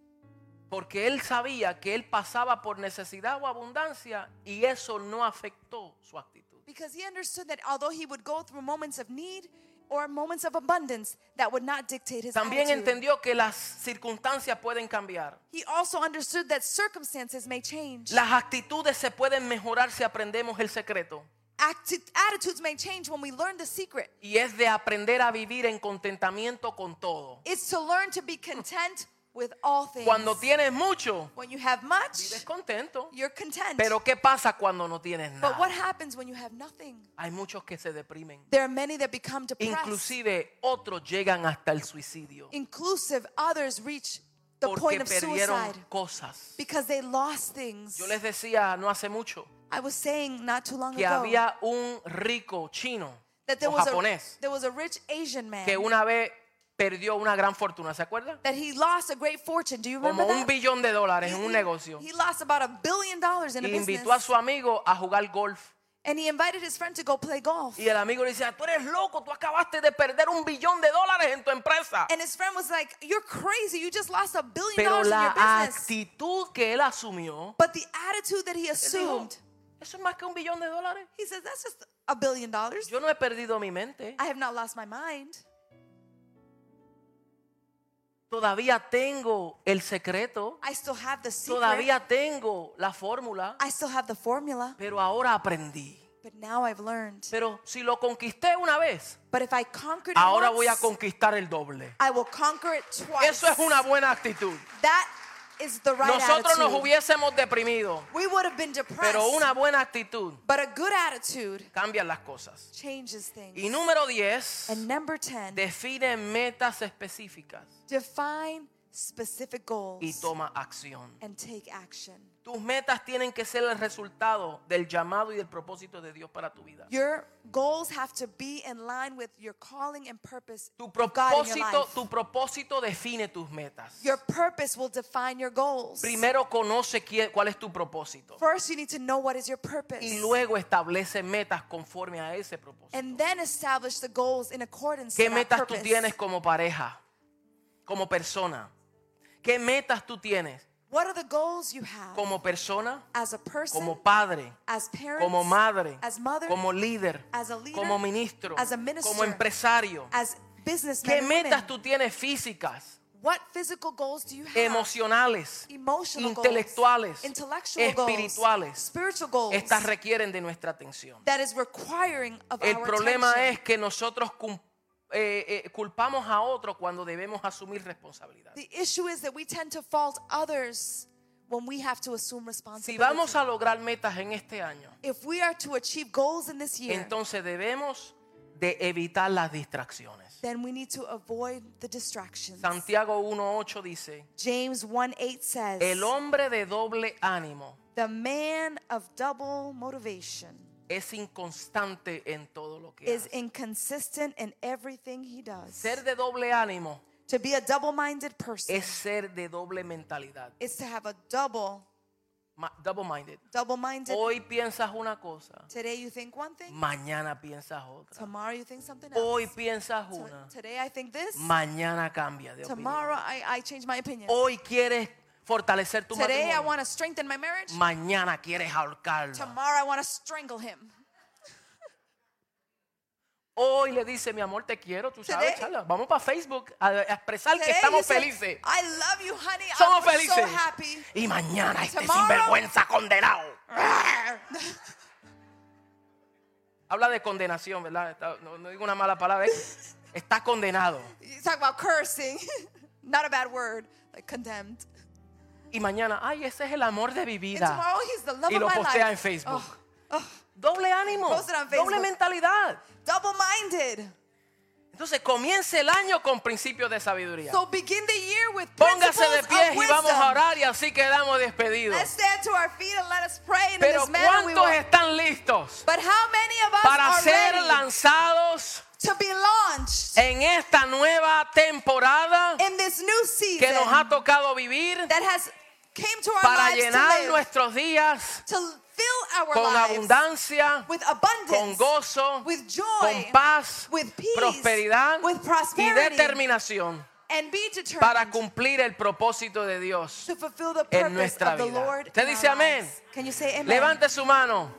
[SPEAKER 1] Porque él sabía que él pasaba por necesidad o abundancia y eso no afectó su actitud.
[SPEAKER 2] Because he understood that although he would go through moments of need or moments of abundance, that would not dictate his
[SPEAKER 1] También
[SPEAKER 2] attitude.
[SPEAKER 1] entendió que las circunstancias pueden cambiar.
[SPEAKER 2] He also understood that circumstances may change.
[SPEAKER 1] Las actitudes se pueden mejorar si aprendemos el secreto.
[SPEAKER 2] Acti- attitudes may change when we learn the secret.
[SPEAKER 1] Y es de aprender a vivir en contentamiento con todo.
[SPEAKER 2] It's to learn to be content with all things.
[SPEAKER 1] Cuando tienes mucho,
[SPEAKER 2] when you have much,
[SPEAKER 1] vives contento.
[SPEAKER 2] you're content.
[SPEAKER 1] Pero ¿qué pasa cuando no tienes
[SPEAKER 2] but what
[SPEAKER 1] nada?
[SPEAKER 2] happens when you have nothing?
[SPEAKER 1] Hay muchos que se deprimen.
[SPEAKER 2] There are many that become depressed.
[SPEAKER 1] Inclusive otros llegan hasta el suicidio
[SPEAKER 2] Inclusive, others reach the point
[SPEAKER 1] porque
[SPEAKER 2] of suicide
[SPEAKER 1] perdieron cosas.
[SPEAKER 2] because they lost things.
[SPEAKER 1] Yo les decía no hace mucho
[SPEAKER 2] I was saying not too long
[SPEAKER 1] que
[SPEAKER 2] ago
[SPEAKER 1] había un rico chino
[SPEAKER 2] that there
[SPEAKER 1] o
[SPEAKER 2] was, a,
[SPEAKER 1] japonés
[SPEAKER 2] there was a rich Asian man
[SPEAKER 1] que una vez perdió una gran fortuna, ¿se acuerdan?
[SPEAKER 2] that he lost a great fortune. Do you remember
[SPEAKER 1] Como un
[SPEAKER 2] that?
[SPEAKER 1] billón de dólares en
[SPEAKER 2] He-
[SPEAKER 1] un
[SPEAKER 2] he-
[SPEAKER 1] negocio.
[SPEAKER 2] He lost about a billion dollars in a
[SPEAKER 1] Y invitó a
[SPEAKER 2] business.
[SPEAKER 1] su amigo a jugar golf.
[SPEAKER 2] And he invited his friend to go play golf.
[SPEAKER 1] Y el amigo le decía, tú eres loco, tú acabaste de perder un billón de dólares en tu empresa.
[SPEAKER 2] And his friend was like, You're crazy. You just lost a billion
[SPEAKER 1] Pero
[SPEAKER 2] dollars in
[SPEAKER 1] la
[SPEAKER 2] your business.
[SPEAKER 1] actitud que él asumió,
[SPEAKER 2] But the attitude that he
[SPEAKER 1] él dijo,
[SPEAKER 2] assumed,
[SPEAKER 1] eso es más que un billón de dólares.
[SPEAKER 2] he says, That's just a billion dollars.
[SPEAKER 1] Yo no he perdido mi mente.
[SPEAKER 2] I have not lost my mind.
[SPEAKER 1] Todavía tengo el secreto.
[SPEAKER 2] I still have the secret.
[SPEAKER 1] Todavía tengo la fórmula.
[SPEAKER 2] I still have the formula.
[SPEAKER 1] Pero ahora aprendí.
[SPEAKER 2] But now I've learned.
[SPEAKER 1] Pero si lo conquisté una vez,
[SPEAKER 2] But if I conquered it
[SPEAKER 1] ahora voy a
[SPEAKER 2] once,
[SPEAKER 1] conquistar el doble.
[SPEAKER 2] I will conquer it twice.
[SPEAKER 1] Eso es una buena actitud.
[SPEAKER 2] That is the right
[SPEAKER 1] Nosotros nos
[SPEAKER 2] attitude.
[SPEAKER 1] hubiésemos deprimido,
[SPEAKER 2] we would have been depressed.
[SPEAKER 1] pero una buena actitud
[SPEAKER 2] but a good attitude
[SPEAKER 1] cambia las cosas.
[SPEAKER 2] changes things.
[SPEAKER 1] Y número 10,
[SPEAKER 2] and number 10,
[SPEAKER 1] define metas específicas
[SPEAKER 2] define specific goals
[SPEAKER 1] y toma acción.
[SPEAKER 2] and take action.
[SPEAKER 1] Tus metas tienen que ser el resultado del llamado y del propósito de Dios para tu vida.
[SPEAKER 2] Your goals have to be in line with your calling and purpose.
[SPEAKER 1] Tu
[SPEAKER 2] of God in your
[SPEAKER 1] propósito,
[SPEAKER 2] life.
[SPEAKER 1] tu propósito define tus metas.
[SPEAKER 2] Your purpose will define your goals.
[SPEAKER 1] Primero conoce quién- cuál es tu propósito
[SPEAKER 2] First, you need to know what is your purpose.
[SPEAKER 1] y luego establece metas conforme a ese propósito.
[SPEAKER 2] and then establish the goals in accordance
[SPEAKER 1] ¿Qué
[SPEAKER 2] to that
[SPEAKER 1] metas tú
[SPEAKER 2] purpose.
[SPEAKER 1] tienes como pareja? Como persona. ¿Qué metas tú tienes
[SPEAKER 2] What are the goals you have
[SPEAKER 1] como persona,
[SPEAKER 2] as a person,
[SPEAKER 1] como padre,
[SPEAKER 2] as parents,
[SPEAKER 1] como madre,
[SPEAKER 2] as mother,
[SPEAKER 1] como líder,
[SPEAKER 2] as a leader,
[SPEAKER 1] como ministro,
[SPEAKER 2] as a minister,
[SPEAKER 1] como empresario?
[SPEAKER 2] as businessmen
[SPEAKER 1] ¿Qué
[SPEAKER 2] and women?
[SPEAKER 1] metas tú tienes físicas,
[SPEAKER 2] What physical goals do you have?
[SPEAKER 1] emocionales,
[SPEAKER 2] Emotional
[SPEAKER 1] intelectuales,
[SPEAKER 2] goals, intellectual goals,
[SPEAKER 1] espirituales?
[SPEAKER 2] spiritual goals
[SPEAKER 1] Estas requieren de nuestra atención.
[SPEAKER 2] that is requiring of
[SPEAKER 1] El
[SPEAKER 2] our
[SPEAKER 1] problema
[SPEAKER 2] attention.
[SPEAKER 1] es que nosotros cum- eh, eh, culpamos a otro cuando debemos asumir responsabilidad.
[SPEAKER 2] The issue is that we tend to fault others when we have to assume
[SPEAKER 1] Si
[SPEAKER 2] responsibility.
[SPEAKER 1] vamos a lograr metas en este año,
[SPEAKER 2] if we are to achieve goals in this year,
[SPEAKER 1] entonces debemos de evitar las distracciones.
[SPEAKER 2] then we need to avoid the distractions.
[SPEAKER 1] Santiago 1.8 dice,
[SPEAKER 2] James 1 8 says,
[SPEAKER 1] el hombre de doble ánimo
[SPEAKER 2] The man of double motivation
[SPEAKER 1] es inconstante en todo lo que
[SPEAKER 2] is
[SPEAKER 1] hace.
[SPEAKER 2] inconsistent in everything he does.
[SPEAKER 1] Ser de doble ánimo
[SPEAKER 2] to be a double minded person
[SPEAKER 1] es ser de doble mentalidad.
[SPEAKER 2] is to have a double
[SPEAKER 1] double minded.
[SPEAKER 2] Double minded.
[SPEAKER 1] Hoy piensas una cosa,
[SPEAKER 2] Today you think one thing,
[SPEAKER 1] mañana piensas otra.
[SPEAKER 2] tomorrow you think something else.
[SPEAKER 1] Hoy piensas
[SPEAKER 2] To-
[SPEAKER 1] una,
[SPEAKER 2] today I think this,
[SPEAKER 1] mañana cambia de opinión.
[SPEAKER 2] tomorrow I, I change my opinion.
[SPEAKER 1] Hoy quieres fortalecer tu
[SPEAKER 2] Today I
[SPEAKER 1] matrimonio,
[SPEAKER 2] want to strengthen my marriage,
[SPEAKER 1] mañana quieres ahorcarlo.
[SPEAKER 2] tomorrow I want to strangle him.
[SPEAKER 1] Hoy le dice, mi amor, te quiero, tú sabes,
[SPEAKER 2] Today-
[SPEAKER 1] charla. Vamos para Facebook a, a expresar que
[SPEAKER 2] Today you
[SPEAKER 1] estamos
[SPEAKER 2] say,
[SPEAKER 1] felices.
[SPEAKER 2] I love you, honey.
[SPEAKER 1] Somos
[SPEAKER 2] I'm so
[SPEAKER 1] felices.
[SPEAKER 2] happy.
[SPEAKER 1] Y mañana este
[SPEAKER 2] Tomorrow-
[SPEAKER 1] sinvergüenza condenado. Habla de condenación, ¿verdad? Está- no, no digo una mala palabra. es- Está condenado.
[SPEAKER 2] you talk about cursing. Not a bad word, like condemned.
[SPEAKER 1] Y mañana, ay, ese es el amor de mi
[SPEAKER 2] And
[SPEAKER 1] vida.
[SPEAKER 2] tomorrow he's the love
[SPEAKER 1] Y
[SPEAKER 2] of
[SPEAKER 1] lo
[SPEAKER 2] my
[SPEAKER 1] postea
[SPEAKER 2] life.
[SPEAKER 1] en Facebook.
[SPEAKER 2] Oh, oh,
[SPEAKER 1] Doble ánimo.
[SPEAKER 2] Post it on
[SPEAKER 1] Doble
[SPEAKER 2] Facebook.
[SPEAKER 1] mentalidad.
[SPEAKER 2] double-minded.
[SPEAKER 1] Entonces comience el año con principios de sabiduría.
[SPEAKER 2] So begin the year with principles
[SPEAKER 1] Póngase de pie
[SPEAKER 2] of
[SPEAKER 1] y vamos a
[SPEAKER 2] wisdom.
[SPEAKER 1] orar y así quedamos despedidos.
[SPEAKER 2] Let's stand to our feet and let us pray in
[SPEAKER 1] Pero
[SPEAKER 2] this manner. We
[SPEAKER 1] ¿cuántos
[SPEAKER 2] will.
[SPEAKER 1] están listos
[SPEAKER 2] But how many of us
[SPEAKER 1] para
[SPEAKER 2] are
[SPEAKER 1] ser
[SPEAKER 2] ready
[SPEAKER 1] lanzados
[SPEAKER 2] to be launched
[SPEAKER 1] en esta nueva temporada
[SPEAKER 2] in this new season
[SPEAKER 1] que nos ha tocado vivir
[SPEAKER 2] that has came to our
[SPEAKER 1] para
[SPEAKER 2] lives to,
[SPEAKER 1] llenar
[SPEAKER 2] live,
[SPEAKER 1] nuestros días
[SPEAKER 2] to fill our
[SPEAKER 1] con
[SPEAKER 2] lives
[SPEAKER 1] abundancia,
[SPEAKER 2] with abundance,
[SPEAKER 1] con gozo,
[SPEAKER 2] with joy,
[SPEAKER 1] con paz,
[SPEAKER 2] with peace,
[SPEAKER 1] prosperidad
[SPEAKER 2] with
[SPEAKER 1] y
[SPEAKER 2] prosperity,
[SPEAKER 1] determinación
[SPEAKER 2] and be determined
[SPEAKER 1] para cumplir el propósito de Dios.
[SPEAKER 2] to fulfill the
[SPEAKER 1] en
[SPEAKER 2] purpose
[SPEAKER 1] nuestra
[SPEAKER 2] of the
[SPEAKER 1] vida.
[SPEAKER 2] Lord.
[SPEAKER 1] Usted
[SPEAKER 2] in
[SPEAKER 1] dice
[SPEAKER 2] our
[SPEAKER 1] amén.
[SPEAKER 2] lives. Can you say amen?
[SPEAKER 1] Levante su mano.